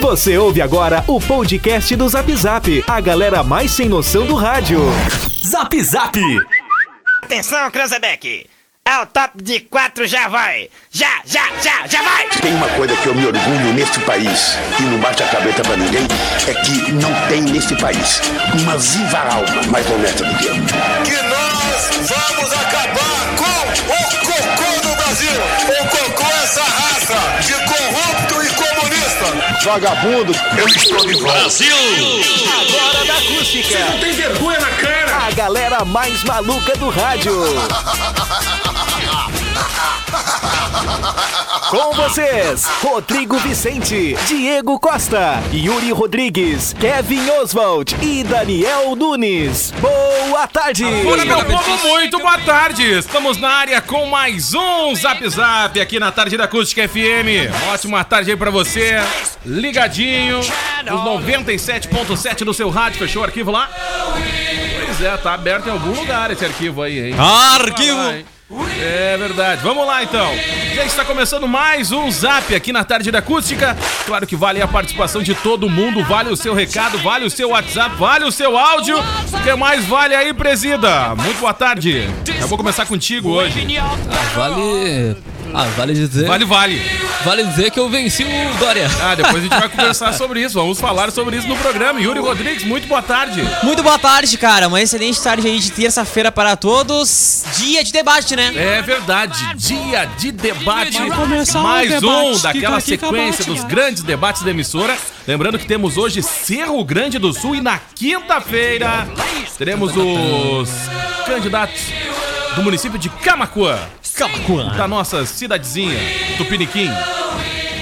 Você ouve agora o podcast do Zap Zap, a galera mais sem noção do rádio. Zap Zap! Atenção, Cranzebeck! É o top de quatro, já vai! Já, já, já, já vai! Tem uma coisa que eu me orgulho neste país, e não bate a cabeça pra ninguém, é que não tem neste país uma viva alma mais honesta do que eu. que nós vamos acabar com o cocô do Brasil. O cocô é essa raça de corrupto e comunista. Vagabundo, eu estou de volta. Agora da acústica. Você não tem vergonha na cara. A galera mais maluca do rádio. Com vocês, Rodrigo Vicente, Diego Costa, Yuri Rodrigues, Kevin Oswald e Daniel Nunes. Boa tarde. Olá, meu povo, muito boa tarde! Estamos na área com mais um Zap Zap aqui na tarde da Acústica FM. Ótima tarde aí pra você, ligadinho, os 97.7 do seu rádio, fechou o arquivo lá? Pois é, tá aberto em algum lugar esse arquivo aí, hein? Arquivo! É verdade. Vamos lá então. Gente, está começando mais um Zap aqui na tarde da acústica. Claro que vale a participação de todo mundo, vale o seu recado, vale o seu WhatsApp, vale o seu áudio. O que mais vale aí, presida? Muito boa tarde. Eu vou começar contigo hoje. Vale. Ah, vale dizer. Vale, Vale, vale. dizer que eu venci o Dória. Ah, depois a gente vai conversar sobre isso. Vamos falar sobre isso no programa. Yuri Rodrigues, muito boa tarde. Muito boa tarde, cara. Uma excelente tarde aí de terça-feira para todos. Dia de debate, né? É verdade, dia de debate. começar o Mais debate, um que daquela tá aqui sequência acabou de dos grandes debates da emissora. Lembrando que temos hoje Cerro Grande do Sul e na quinta-feira teremos os candidatos do município de Camacuã, da nossa cidadezinha, Tupiniquim.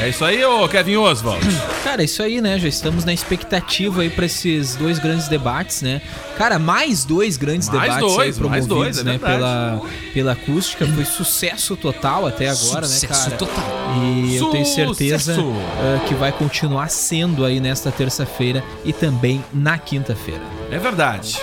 É isso aí, ô Kevin Oswald? Cara, isso aí, né? Já estamos na expectativa aí pra esses dois grandes debates, né? Cara, mais dois grandes Mais debates dois, aí mais promovidos, dois, é né? verdade. Pela, pela acústica, foi sucesso total até agora, né, cara? total. E eu tenho certeza Sucesso! eh, que vai continuar sendo aí nesta terça-feira e também na quinta-feira. É verdade.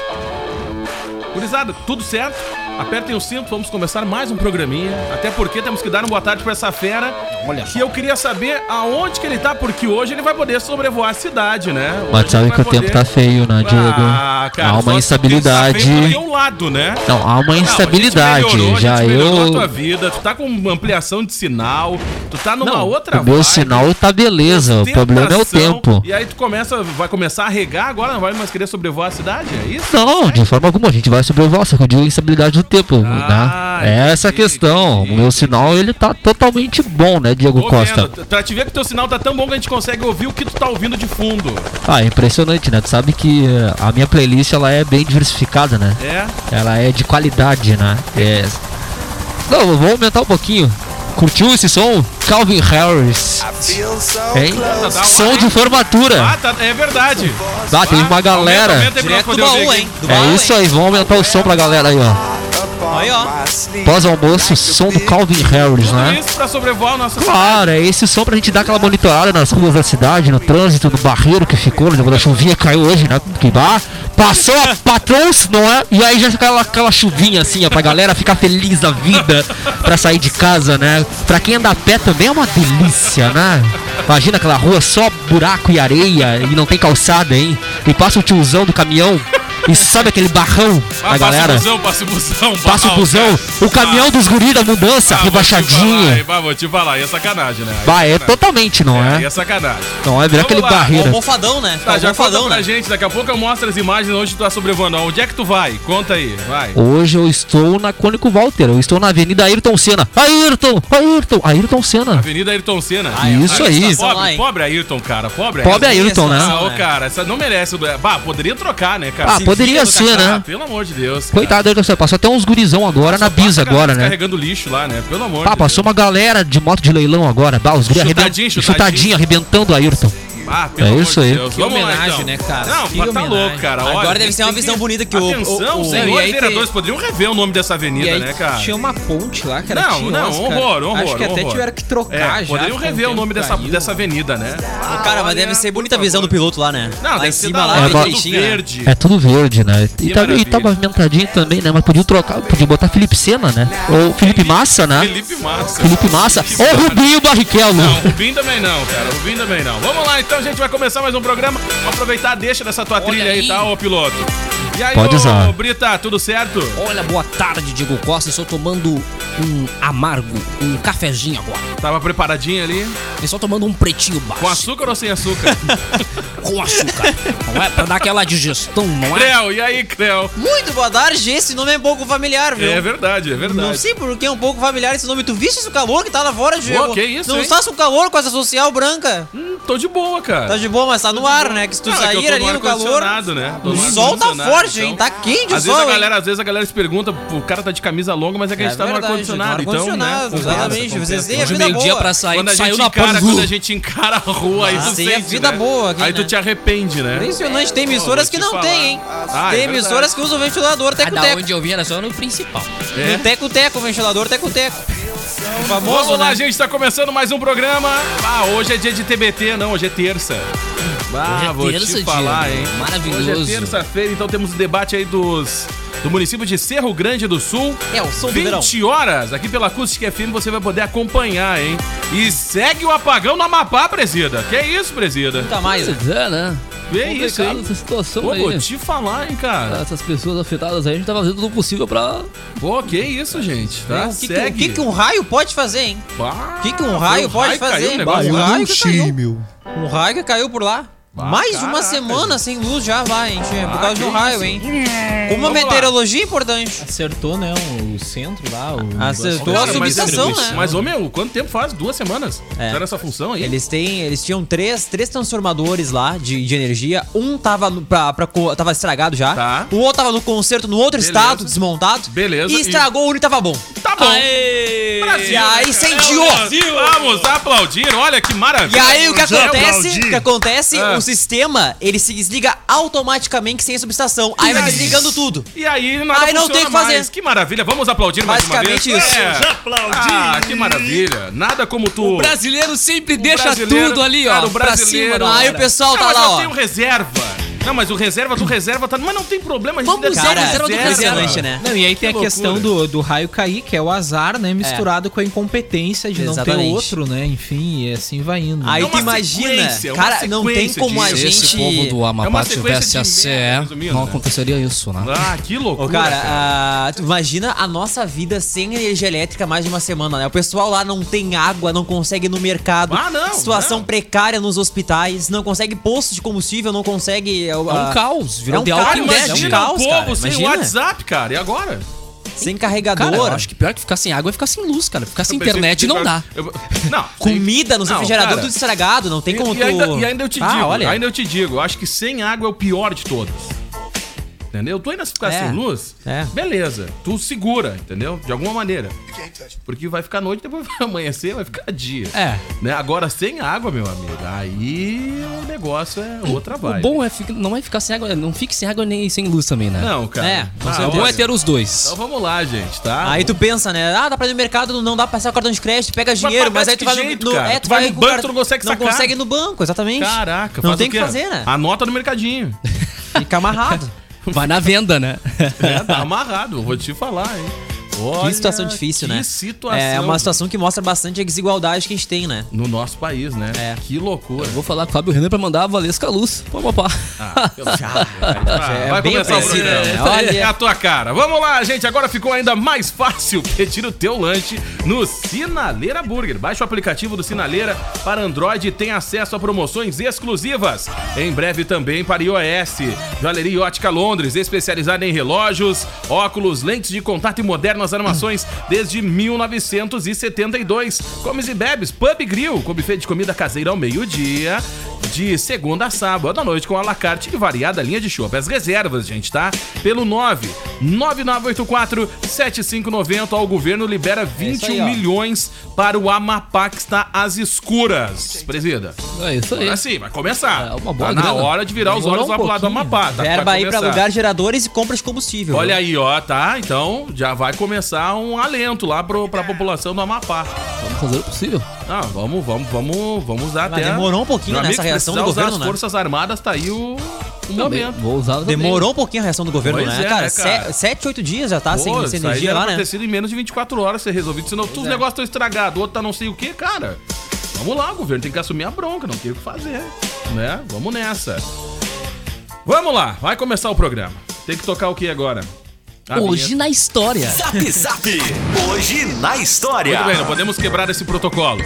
Gurizada, tudo certo? Apertem o cinto, vamos começar mais um programinha. Até porque temos que dar uma boa tarde pra essa fera. Olha que eu queria saber aonde que ele tá, porque hoje ele vai poder sobrevoar a cidade, né? Hoje Mas sabe ele que vai o tempo poder- tá feio, né, Diego? Ah, cara, há só uma se instabilidade. pensar bem do teu lado, né? Não, há uma Não, a gente instabilidade. melhorou, a Já gente melhorou a tua eu. vida, tu tá com uma ampliação de sinal, tu tá numa Não, outra O meu vibe. sinal tá beleza. O problema é o Tentação, tempo. E aí tu começa, vai começar a regar agora, não vai mais querer sobrevoar a cidade? É isso? Não, de forma alguma, a gente vai sobrevoar, só que eu digo a instabilidade do tempo, Ah, né? É essa a entendi, questão. O meu sinal, ele tá totalmente bom, né, Diego Tô Costa? vendo. Pra te ver que teu sinal tá tão bom que a gente consegue ouvir o que tu tá ouvindo de fundo. Ah, é impressionante, né? Tu sabe que eh, a minha playlist, ela é bem diversificada, né? É? Ela é de qualidade, né? É. Não, eu vou aumentar um pouquinho. Curtiu esse som? Calvin Harris. Hein? Tá, tá, Som de Ah, formatura. tá, é verdade. Ah, tem uma galera. Aumenta, aumenta aí pra Direto nós do poder ouvir baú, aqui. hein? Do baú, É isso aí, vamos aumentar o som pra galera aí, ó. Aí, ó. Pós-almoço, som do Calvin Harris, Tudo né? isso pra sobrevoar o nosso... Claro, é esse som pra gente dar aquela monitorada nas ruas da cidade, no trânsito, no barreiro que ficou, né? quando a chuvinha caiu hoje, né? Que bah, passou a patrões, não é? E aí já fica aquela, aquela chuvinha assim, ó, pra galera ficar feliz da vida, pra sair de casa, né? Pra quem anda a pé também é uma delícia, né? Imagina aquela rua só buraco e areia e não tem calçada, hein? E passa o tiozão do caminhão e sabe aquele barrão da Ah, passa o galera? busão, passa o busão. Passa o bah, busão, o caminhão dos guris da mudança, Ah, vou te falar, rebaixadinho. hein, bah, Vou te falar, aí é sacanagem, né? Aí Bah, é sacanagem. totalmente, não Aí é? é sacanagem. Não é virar Vamos aquele lá, O barreira. almofadão, né? Tá, o já conta almofadão, pra né? gente, daqui a pouco eu mostro as imagens onde tu tá sobrevoando. Onde é que tu vai? Conta aí, vai. Hoje eu estou na Cônico Walter, eu estou na Avenida Ayrton Senna. Ayrton, Ayrton, Ayrton Senna. Avenida Ayrton Senna. Isso aí. Vamos lá, Pobre, hein? pobre Ayrton, cara. Pobre Pobre Ayrton, Ah, né? ô, cara, essa não merece. o do- Bah, poderia trocar, né, cara? Ah, poderia vira do ser, cacá, né? Pelo amor de Deus. cara. Coitado do Ayrton Senna, passou até uns gurizão agora na Só passa Bis cara agora, né? Carregando lixo lá, né? Pelo amor Pá, passou uma galera de moto de leilão agora, bah, os guri Chutadinho, arrebent- chutadinho. chutadinho, arrebentando o Ayrton. Ah, pelo É amor isso de aí. Deus. Que Vamos lá, homenagem, então. né, cara? Não, Que mas tá homenagem. louco, cara. Olha, Agora deve tem ser uma visão bonita que o- Atenção, o- o- Não, e senhores aí tem- vereadores, poderiam rever o nome dessa avenida, E aí né, cara? um tinha uma ponte lá, cara. Não, tinha não, uns, cara. horror, horror. Acho que até horror. tiveram que trocar é, já. um Poderiam porque rever o tempo nome dessa, caiu. dessa avenida, né? Ô, Ah, cara, mas Olha, deve ser por bonita a favor. visão do piloto lá, né? Não, lá deve em ser cima da lá, lá, bem tudo direitinho, né? verde. É tudo verde, né? E Que tá, e tá maravilha. pavimentadinho também, né? Mas podiam trocar, podia botar Felipe Senna, né? Ou Felipe Massa, né? Felipe Massa. Felipe Massa. Felipe Ou Rubinho Barrichello. Não, Rubinho também não, cara. Rubinho também não. Vamos lá então. Então a gente vai começar mais um programa. Vou aproveitar, deixa dessa tua trilha aí, aí. tá, ô piloto? E aí, Pode ô, usar. Brita, tudo certo? Olha, boa tarde, Diego Costa. Estou tomando um amargo, um cafezinho agora. Tava preparadinha ali? Estou tomando um pretinho baixo. Com açúcar ou sem açúcar? Com açúcar. não é? Pra dar aquela digestão, não é? Creu, e aí, Creu? Muito boa tarde. Esse nome é um pouco familiar, viu? É verdade, é Não verdade. sei por que é um pouco familiar esse nome. Tu viste esse calor que tá lá fora, Diego? que isso, Não hein? estás com calor com essa social branca. Hum, tô de boa, cara. Tá de boa, mas tá no ar, né? Que se tu Não, é que eu sair tô ali no calor... ar-condicionado, Né? Tô O no sol tá ar-condicionado, forte, então. hein? Tá quente o Às vezes, sol, a hein? galera, às vezes a galera se pergunta, pô, o cara tá de camisa longa, mas é que a gente tá no verdade, ar-condicionado, no então, né? ar-condicionado, compensa, exatamente. compensa. Vocês têm a Hoje vida boa. meio-dia pra sair, Quando a, saiu gente na encara, Panzu. quando a gente encara a rua, aí Ah, tu tem a sente, vida né? boa aqui, Aí tu né? te arrepende, né? Impressionante, tem emissoras Pô, que vou te não falar. tem, hein? Ah, é tem emissoras que usam ventilador Ah, da teco-teco. onde eu vim era só no principal. É. No teco-teco, ventilador teco-teco. O famoso, Vamos lá, né? gente, tá começando mais um programa. Ah, hoje é dia de TBT, não, hoje é terça. Ah, Hoje é vou terça, te falar, Diego. hein? Maravilhoso. Hoje é terça-feira, então temos o debate aí dos do município de Cerro Grande do Sul. É, o som do 20 horas, aqui pela Acústica FM você vai poder acompanhar, hein? E segue o apagão no Amapá, presida. Que isso, presida? Nunca mais, né? Pois é, né? Que Complicado isso, hein? essa situação Pô, aí. né? vou te falar, hein, Tá cara. Essas pessoas afetadas aí, a gente tá fazendo tudo possível pra... Pô, que isso, gente. Tá, O que, que, o segue. que que um raio pode fazer, hein? Bah, O que, que um raio foi um pode fazer? caiu hein? o negócio. um raio que caiu. meu. Um raio que caiu por lá. Ah, Mais uma caraca, semana sem luz já lá, hein, Tchê? Por Ah, causa de um que raio, isso. É. hein? Uma Vamos lá. meteorologia importante. Acertou, né? O centro lá. O... Acertou Cara, a subestação, mas, assim, né? Mas, ô meu, quanto tempo faz? Duas semanas? É. Era essa função aí? Eles têm, eles tinham três, três transformadores lá de, de energia. Um tava no- pra, pra co- tava estragado já. Tá. O outro tava no conserto no outro Beleza. estado, desmontado. Beleza, E estragou o único tava bom. Tá bom. Brasil, e né, aí incendiou. cara? Vamos aplaudir, olha que maravilha. E aí o que Aplaudir. acontece? O que acontece? Ah. O sistema, ele se desliga automaticamente sem subestação. Aí vai desligando tudo. E aí nada Aí não funciona tem o que fazer. mais. Que maravilha, vamos aplaudir mais uma vez. Basicamente isso. É. Ah, que maravilha. Nada como tu... O brasileiro sempre deixa brasileiro, tudo ali, ó. cara, o pra brasileiro- cima. da Aí o hora. pessoal Não, tá mas lá, eu ó. tenho um reserva. Não, mas o reserva do reserva tá... Mas não tem problema, a gente Vamos ainda tem zero, Cara, zero do reserva. impressionante, É. né? Não, e aí tem Que a questão loucura. do, do raio cair, que é o azar, né? É. Misturado com a incompetência de não Exatamente. ter outro, né? Enfim, e assim vai indo. Aí É tu uma imagina, sequência, uma cara, não tem sequência como a disso. Se gente. esse povo do É uma Amapá sequência tivesse a de CE, merda, mais ou menos, não né? aconteceria isso, né? Ah, que loucura. Ô, cara, ah, tu imagina a nossa vida sem energia elétrica mais de uma semana, né? O pessoal lá não tem água, não consegue ir no mercado. Ah, não, Situação não. precária nos hospitais, não consegue posto de combustível, não consegue. É um caos, virou é um The caos, Cara, Walking mas Dead. é um imagina caos, o povo cara, sem imagina. WhatsApp, cara. E agora? Sem carregador. Cara, eu acho que pior que ficar sem água é ficar sem luz, cara. Ficar sem Eu pensei que- internet não dá. Eu- Não. Comida nos Não, refrigerador, cara. tudo estragado, não tem como e, tu. ainda, e ainda eu te Ah, digo, olha. ainda eu te digo, eu acho que sem água é o pior de todos. Entendeu? Tu ainda se ficar É. sem luz, É. beleza. Tu segura, entendeu? De alguma maneira. Porque vai ficar noite, depois vai amanhecer, vai ficar dia. É. Né? Agora sem água, meu amigo, aí o negócio é outra O vibe. bom é fica- não é ficar sem água, não fique sem água nem sem luz também, né? Não, cara. Ah, É, com O bom olha, é ter os dois. Então vamos lá, gente, tá? Aí tu pensa, né? Ah, dá pra ir no mercado, não dá pra passar o cartão de crédito, pega dinheiro, pagar mas aí de tu vai que no- jeito, no. cara? é, Tu vai vai no com o banco, cartão- tu não consegue Não sacar. consegue ir no banco, exatamente. Caraca, não faz tem o o que quê? fazer, né? Anota no mercadinho. Fica amarrado. Vai na venda, né? É, tá amarrado, vou te falar, hein? Olha, que situação difícil, que né? situação. É uma situação que mostra bastante a desigualdade que a gente tem, né? No nosso país, né? É. Que loucura. Vou falar com o Fábio Renner pra mandar a Valesca Luz. Pô, papá. Ah, pelo amor de Deus, cara. é vai bem começar o é parecido, programa. né? É Olha. a tua cara. Vamos lá, gente. Agora ficou ainda mais fácil pedir o teu lanche no Sinaleira Burger. Baixe o aplicativo do Sinaleira para Android e tem acesso a promoções exclusivas. Em breve também para iOS. Joalheria Ótica Londres, especializada em relógios, óculos, lentes de contato e modernas armações desde 1972. Comes e bebes, pub e grill, com buffet de comida caseira ao meio-dia de segunda a sábado à noite com alacarte e variada linha de chopp. As reservas, gente, tá? Pelo 9 9984 7590 ao governo libera É 21 ó. milhões para o Amapá que está às escuras. Presida. É isso aí. Agora sim, vai começar. É uma boa tá na grana. hora de virar os Demorou olhos um lá pro lado do pouquinho. Amapá, tá? Verba Vai aí pra começar. alugar geradores e compra de combustível. Olha aí, ó, tá? Então já vai começar um alento lá pro, pra população do Amapá. Vamos fazer o possível. Ah, vamos, vamos, vamos, vamos usar Mas até. demorou um pouquinho, Meu né, amigo, essa reação precisar do usar governo, As né? Forças Armadas tá aí o, o Também. momento. Vou usar também. Demorou um pouquinho a reação do governo, Pois né, é, cara? né, cara? Se- Sete, oito dias já tá sem, Pô, sem isso aí energia era lá, pra né? é. ter sido em menos de 24 horas ser resolvido. Senão, todos os negócios estão estragados, o outro tá não sei o que, cara. Vamos lá, o governo tem que assumir a bronca, não tem o que fazer. Né? Vamos nessa. Vamos lá, vai começar o programa. Tem que tocar o que agora? A Hoje na história. Zap Zap, hoje na história. Muito bem, não podemos quebrar esse protocolo.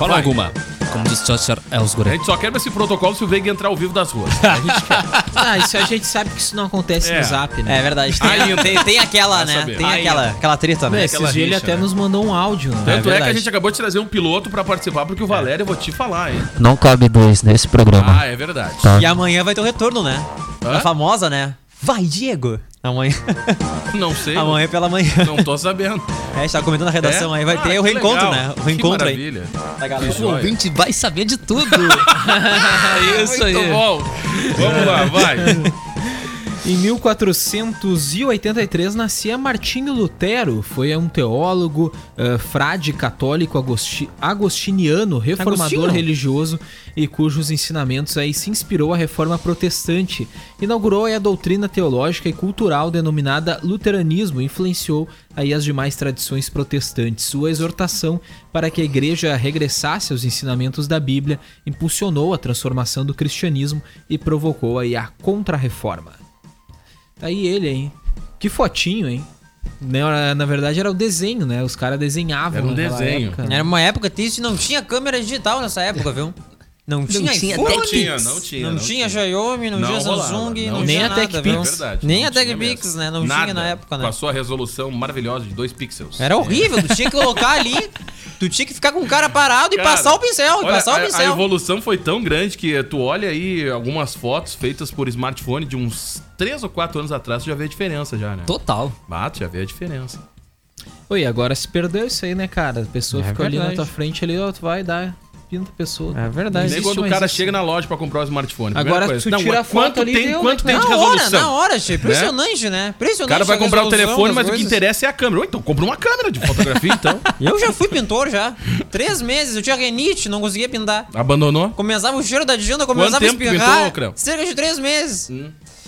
Fala Vai. alguma. Como diz Chester A Elsgoret. gente só quebra esse protocolo se o Veiga entrar ao vivo das ruas. A gente quer. Ah, isso a gente sabe que isso não acontece É. no Zap, né? É verdade. Tem, Ainda. tem, tem aquela, Vai né? saber. Tem Ainda. aquela, aquela treta, É, aquela né? esses dias ele rixa, até né? nos mandou um áudio, né? Tanto é, que a verdade. gente acabou de trazer um piloto pra participar, porque o Valério, eu vou te falar, hein? Não cabe dois nesse programa. Ah, é verdade. Tá. E amanhã vai ter o retorno, né? Hã? A famosa, né? Vai, Diego! Amanhã. Não sei. amanhã pela manhã. Não tô sabendo. É, a gente tava comentando a redação Hum. Então, É? aí. Vai Ah, ter o que reencontro, legal. né? O Que reencontro aí. maravilha. Da galera. Que O joia. ouvinte vai saber de tudo. Muito Ah, então bom. Vamos É. lá, vai. Em 1483 nascia Martinho Lutero, foi um teólogo, eh, frade católico agosti- agostiniano, reformador Agostinho? religioso e cujos ensinamentos aí se inspirou a reforma protestante. Inaugurou aí a doutrina teológica e cultural denominada luteranismo, e influenciou aí as demais tradições protestantes. Sua exortação para que a igreja regressasse aos ensinamentos da Bíblia impulsionou a transformação do cristianismo e provocou aí a contra-reforma. Tá aí ele, hein? Que fotinho, hein? Né, Na, na verdade era o desenho, né? Os caras desenhavam. Era um naquela desenho. época, né? Era uma época triste, não tinha câmera digital nessa época, viu? Não tinha tinha iPhone, Não tinha, não tinha. Não, tinha Xiaomi, não, Não tinha rolava, Samsung, não não, Nem tinha a nada, TechPix. viu? É verdade, Nem a não tinha TechPix, mesmo. né? Não Nada. tinha na época, Com né? É, a sua resolução maravilhosa de 2 pixels. Era horrível, tu tinha que colocar ali, tu tinha que ficar com o cara parado e Cara, passar o pincel, e olha, passar a- o A pincel. evolução foi tão grande que tu olha aí algumas fotos feitas por smartphone de uns 3 ou 4 anos atrás, tu já vê a diferença já, né? Total. Ah, tu já vê a diferença. Oi, agora se perdeu isso aí, né, cara? A pessoa É fica ali na verdade. tua frente ali, ó, tu vai dar pinta a pessoa. É verdade. Nem quando o cara chega na loja pra comprar o smartphone. Agora primeira coisa. tu tira mas a foto quanto ali e tem, deu, Quanto né, tem de na hora, resolução? na hora, chefe. Impressionante, né? Impressionante. O cara vai a comprar o resolução telefone, das mas o que coisas. interessa é a câmera. Ou então, compra uma câmera de fotografia, então. Eu já fui pintor já. Três meses, eu tinha renite, não conseguia pintar. Abandonou? Começava o cheiro da tinta, começava tempo a que pintou, espirrar. Creu? cerca de três meses.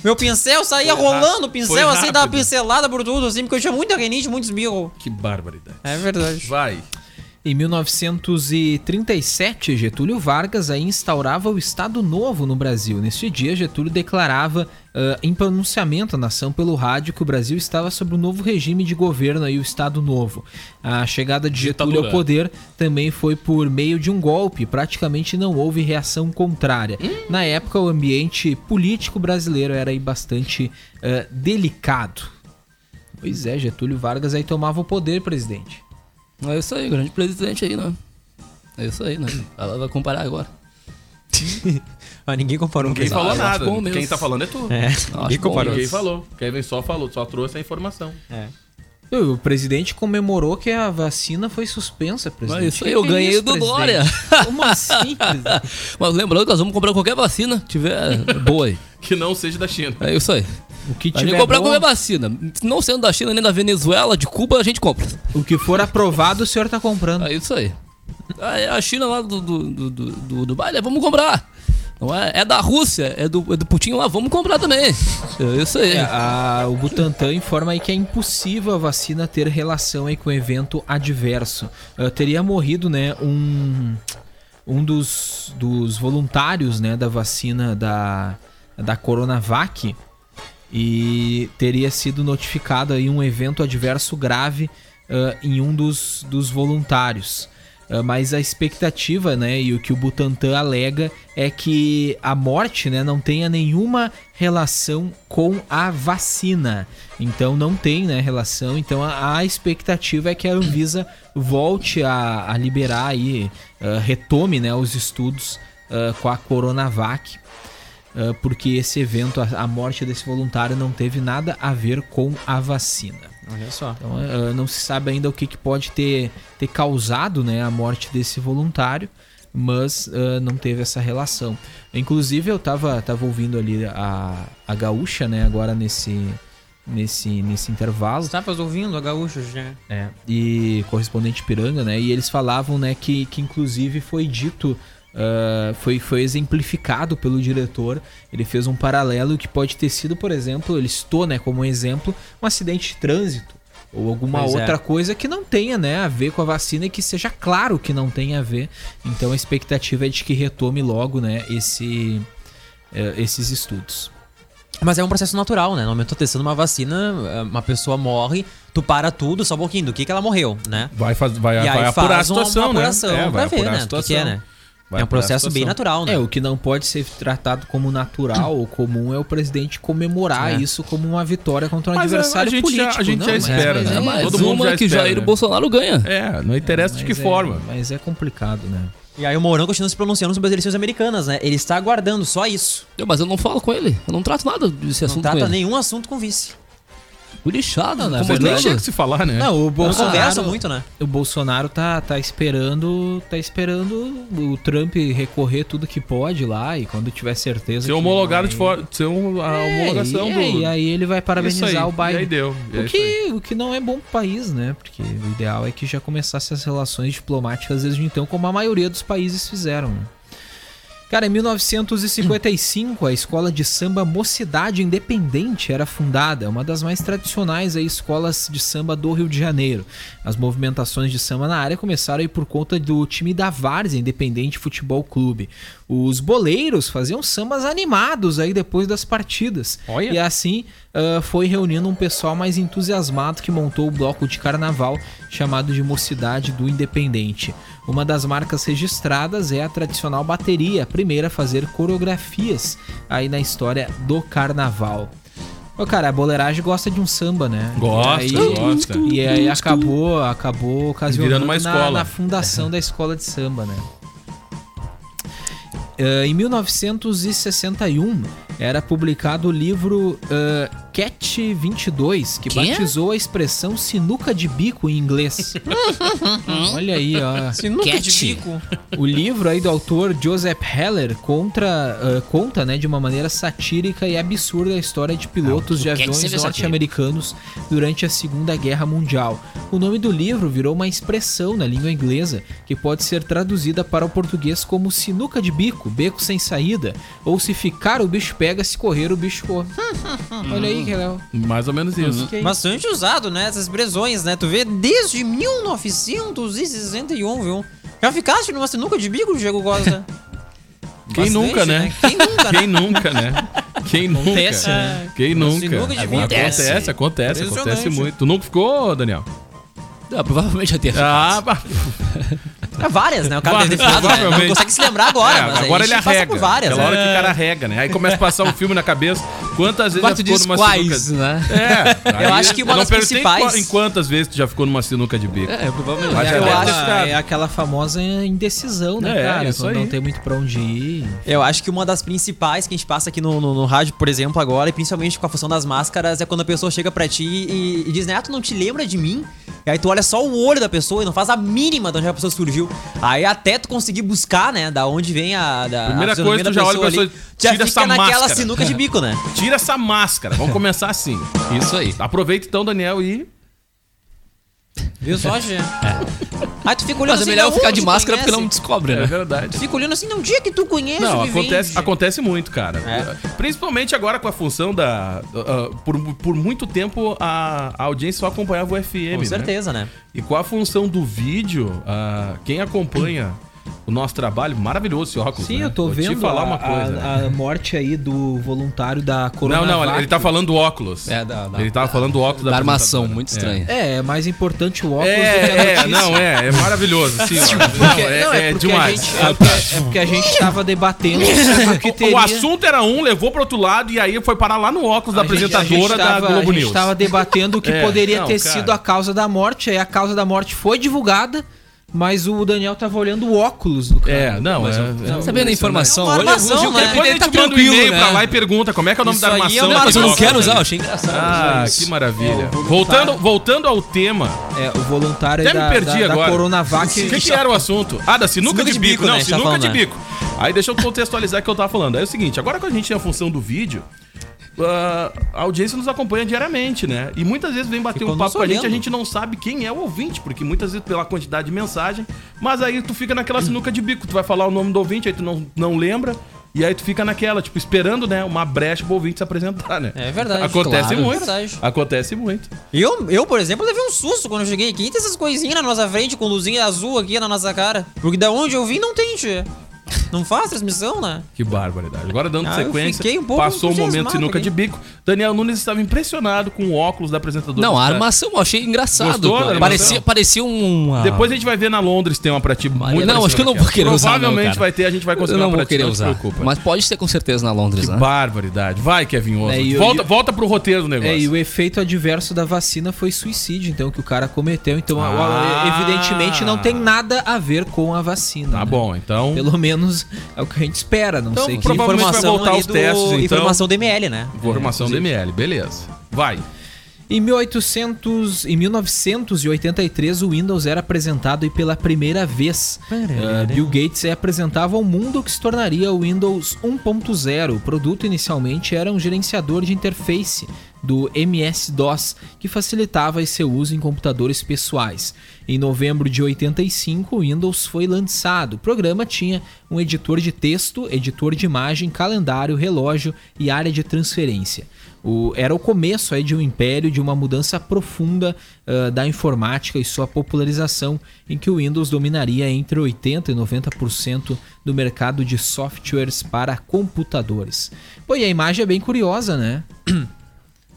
Meu pincel saía Foi rápido, rolando, o pincel foi assim, dava rápido. pincelada por tudo, assim, porque eu tinha muita renite, muitos birro. Que barbaridade. É verdade. Vai. Em 1937, Getúlio Vargas aí instaurava o Estado Novo no Brasil. Neste dia, Getúlio declarava ah, em pronunciamento à nação pelo rádio que o Brasil estava sob o novo regime de governo aí, o Estado Novo. A chegada de Getúlio ao Ditadura. poder também foi por meio de um golpe, praticamente não houve reação contrária. Na época, o ambiente político brasileiro era aí bastante ah, delicado. Pois é, Getúlio Vargas aí tomava o poder, presidente. É isso aí, grande presidente aí, né? É isso aí, né? Ela vai comparar agora. Ah, ninguém comparou Ninguém com isso. falou eu acho nada. bom mesmo. Quem tá falando é tu. Eu acho Ninguém bom, comparou. né? Ninguém falou. Kevin só falou, só trouxe a informação. E O presidente comemorou que a vacina foi suspensa, presidente. Mas isso aí, Que eu que é ganhei isso, do presidente? Dória. Como assim, presidente? Mas lembrando que nós vamos comprar qualquer vacina que tiver boa aí. Que não seja da China. É isso aí. O que, A gente tiver comprar bom, qualquer vacina. Não sendo da China nem da Venezuela, de Cuba, a gente compra. o que for aprovado, o senhor tá comprando. É isso aí. Ah, é A China lá do, do, do, do, do Dubai, né? vamos comprar. Não é, é da Rússia, é do, é do Putin lá, vamos comprar também. É isso aí. É, a- o Butantan informa aí que é impossível a vacina ter relação aí com o evento adverso. Ah, teria morrido, né, um um dos, dos voluntários, né, da vacina da da Coronavac e teria sido notificado aí um evento adverso grave ah, em um dos, dos voluntários. Ah, mas a expectativa, né, e o que o Butantan alega é que a morte, né, não tenha nenhuma relação com a vacina. Então não tem, né, relação. Então a, a expectativa é que a Anvisa volte a, a liberar aí, ah, retome, né, os estudos ah, com a Coronavac. Uh, porque esse evento, a, a morte desse voluntário, não teve nada a ver com a vacina. Olha só. Então, uh, não se sabe ainda o que, que pode ter, ter causado né, a morte desse voluntário, mas uh, não teve essa relação. Inclusive, eu tava, tava ouvindo ali a, a gaúcha, né, agora nesse, nesse, nesse intervalo. Estavas ouvindo a gaúcha, né? É, e correspondente Piranga, né? E eles falavam, né, que, que inclusive foi dito, ah, foi, foi exemplificado pelo diretor. Ele fez um paralelo que pode ter sido, por exemplo, ele citou, né, como um exemplo, um acidente de trânsito. ou alguma Pois é. outra coisa que não tenha né, a ver com a vacina e que seja claro que não tenha a ver. Então a expectativa é de que retome logo né, esse, eh, esses estudos. Mas é um processo natural, né? No momento que tu tá testando uma vacina, ah, uma pessoa morre, tu para tudo, só um pouquinho, do que que ela morreu, né? Vai, faz, vai, E aí vai faz apurar a uma- uma situação, né? apuração pra ver, né, o que que é, né? Vai é um apurar a processo bem situação. natural, né? É, o que não pode ser tratado como natural ou comum é o presidente É. comemorar isso como uma vitória contra um Mas é, a- a adversário gente já- político. a gente não, já mas- espera, mas né? é- É mais Todo uma mundo já que espera, Jair né? Bolsonaro ganha. É, não interessa de que mas é- forma. Mas é complicado, né? E aí o Mourão continua se pronunciando sobre as eleições americanas, né? Ele está aguardando só isso. Eu, mas eu não falo com ele. Eu não trato nada desse Não assunto com trata ele. nenhum assunto com o vice. O lixado, na né? Mas nem verdade- tinha que se falar, É, né? Não, o Não conversa Bolsonaro, muito, né? o Bolsonaro tá, tá esperando, tá esperando o Trump recorrer tudo que pode lá e quando tiver certeza ser que homologado de vai- fora. Ser um- a É, homologação e, do. é, e aí ele vai Isso aí, parabenizar o E Biden. aí deu. e é o isso aí. que, o que não é bom pro país, né? Porque o ideal é que já começasse as relações diplomáticas desde então, como a maioria dos países fizeram. né? Cara, em 1955, a escola de samba Mocidade Independente era fundada, uma das mais tradicionais aí, escolas de samba do Rio de Janeiro. As movimentações de samba na área começaram aí por conta do time da Várzea Independente Futebol Clube. Os boleiros faziam sambas animados aí depois das partidas. Olha. E assim ah, foi reunindo um pessoal mais entusiasmado que montou o bloco de carnaval chamado de Mocidade do Independente. Uma das marcas registradas é a tradicional bateria, a primeira a fazer coreografias aí na história do carnaval. Ô, cara, a boleiragem gosta de um samba, né? Gosta, e aí, gosta. E aí acabou, acabou ocasionando Virando uma escola. Na, na fundação da escola de samba, né? Eh, em 1961 era publicado o livro eh, Cat 22, que batizou a expressão sinuca de bico em inglês. Olha aí, ó. O livro aí do autor Joseph Heller contra, eh, conta né, de uma maneira satírica e absurda a história de pilotos de aviões norte-americanos durante a Segunda Guerra Mundial. O nome do livro virou uma expressão na língua inglesa que pode ser traduzida para o português como sinuca de bico, beco sem saída, ou se ficar o bicho pega, se correr o bicho come. Olha aí, que legal. Mais ou menos Uhum. isso. Bastante usado, né? Essas expressões, né? Tu vê desde 1961, viu? Já ficaste numa sinuca de bico, Diego Costa? Quem Bastante, nunca, né? Quem nunca, né? Quem nunca, né? Quem nunca? Acontece, né? Quem Mas se nunca? nunca devia- Acontece, acontece, acontece Impressionante. muito. Tu nunca ficou, Daniel? Ah, provavelmente já teve. Ah, pá. É várias, né? O cara deve ter Várias, ficado, né? Não provavelmente. consegue se lembrar agora, É, mas aí agora a ele gente arrega. passa por várias, Aquela né? hora que o cara arrega, né? Aí começa a passar um filme na cabeça. Quantas vezes Mas tu já ficou diz numa quais, sinuca? né? É. Eu aí acho que uma eu não das perguntei principais- qu- Em quantas vezes tu já ficou numa sinuca de bico? É, provavelmente. Mas já É deve ter aquela, ficado. é aquela famosa indecisão, né, É, cara? isso Quando aí. não tem muito pra onde ir. Eu acho que uma das principais que a gente passa aqui no, no, no rádio, por exemplo, agora, e principalmente com a função das máscaras, é quando a pessoa chega pra ti e, e diz, né, ah, tu não te lembra de mim? E aí tu olha só o olho da pessoa e não faz a mínima de onde a pessoa surgiu. Aí até tu conseguir buscar, né, da onde vem a. Da, Primeira a coisa, fisionomia tu da já olha a ali, pessoa, tu já tira fica essa naquela máscara. sinuca de bico, né? Tira essa máscara. Vamos começar assim. Isso aí. Aproveita então, Daniel, e. Viu só, Gê? Aí tu fica olhando Mas é assim. melhor "Da eu ficar onde de tu máscara porque não conhece?" me descobre, É né? verdade. Tu Fica olhando assim, não, dia que tu conhece, Não, me acontece, vende." acontece muito, cara. Principalmente agora com a função da. ah, ah, por, por muito tempo a, a audiência só acompanhava o FM. Com né? certeza, né? E com a função do vídeo, ah, quem acompanha o nosso trabalho, maravilhoso esse óculos. Sim, né? eu tô Vou vendo Te falar a, uma coisa. né? a- a morte aí do voluntário da Não, Coronavac. não, ele tá falando do óculos. É, da- da- ele tava falando do óculos da, Da armação, apresentadora. muito É. estranho. É, é mais importante o óculos do que a É, é, notícia. não, é, é maravilhoso, sim. ó. Não, Porque- é, não, é porque a demais. gente- é, porque, é porque a gente tava debatendo sobre o que O teria... assunto era um, levou pro outro lado e aí foi parar lá no óculos da a gente- a apresentadora gente tava- da Globo A gente News. tava debatendo o que É, poderia não, ter cara. sido a causa da morte. Aí a causa da morte foi divulgada, mas o Daniel tava olhando o óculos do cara. É, não, é, Tá sabendo a informação? É uma Hoje, armação, hoje o né? Pepe Depois a deve gente tá manda um e-mail tranquilo, né? pra lá e pergunta como é que é o nome Isso da aí é armação. uma da Mas eu não Nossa, Globo. quero usar, eu achei engraçado. Ah, que maravilha. Voltando, voltando ao tema, É, o voluntário até aí me da, perdi da, agora. da Coronavac. O que, que era o assunto? Ah, da sinuca, de, bico. Não, né, a gente tá sinuca de falando, né? bico. Aí deixa eu contextualizar o que eu tava falando. É o seguinte, agora que a gente tem a função do vídeo, ah, a audiência nos acompanha diariamente, né? E muitas vezes vem bater Ficou um papo nos com a gente, a olhando. gente não sabe quem é o ouvinte, porque muitas vezes pela quantidade de mensagem, mas aí tu fica naquela sinuca de bico, tu vai falar o nome do ouvinte, aí tu não, não lembra. E aí tu fica naquela, tipo, esperando, né, uma brecha pro ouvinte se apresentar, né? É verdade, Acontece claro. muito. Verdade. Acontece muito. Eu, eu, por exemplo, levei um susto quando eu cheguei aqui. Tem essas coisinhas na nossa frente, com luzinha azul aqui na nossa cara. Porque da onde eu vim, não tem, tia. Não faz transmissão, né? Que barbaridade. Agora dando Ah, eu sequência, fiquei um pouco passou o momento entusiasmado sinuca aqui. de bico. Daniel Nunes estava impressionado com o óculos da apresentadora. Não, a Cara, armação eu achei engraçado. Gostou cara. da armação? parecia, parecia um. Depois a gente vai ver na Londres tem uma pra ti muito não, acho que eu não vou parecida querer com aquela. usar. não, Provavelmente cara. vai ter, a gente vai Eu conseguir não uma vou pra ti, querer não se usar. preocupa. Mas pode ser com certeza na Londres, Que né? barbaridade. Vai, Kevin Oswald. É, e eu- volta, eu- volta pro roteiro do negócio. É, e o efeito adverso da vacina foi suicídio, então, que o cara cometeu. Então, Ah. a- a- evidentemente, não tem nada a ver com a vacina. Tá né? bom, então. Pelo menos é o que a gente espera, não Então, sei que prova- Provavelmente vai voltar ali os testes, então. Informação do ML, né? Informação do ML, beleza. Vai. É Em 1800, em 1983, o Windows era apresentado e pela primeira vez eh, Bill Gates eh, apresentava ao mundo o que se tornaria o Windows 1.0. O produto inicialmente era um gerenciador de interface do MS-DOS que facilitava seu uso em computadores pessoais. Em novembro de 85, o Windows foi lançado. O programa tinha um editor de texto, editor de imagem, calendário, relógio e área de transferência. O- era o começo aí de um império, de uma mudança profunda ah, da informática e sua popularização, em que o Windows dominaria entre 80% e 90% do mercado de softwares para computadores. Pô, e a imagem é bem curiosa, né?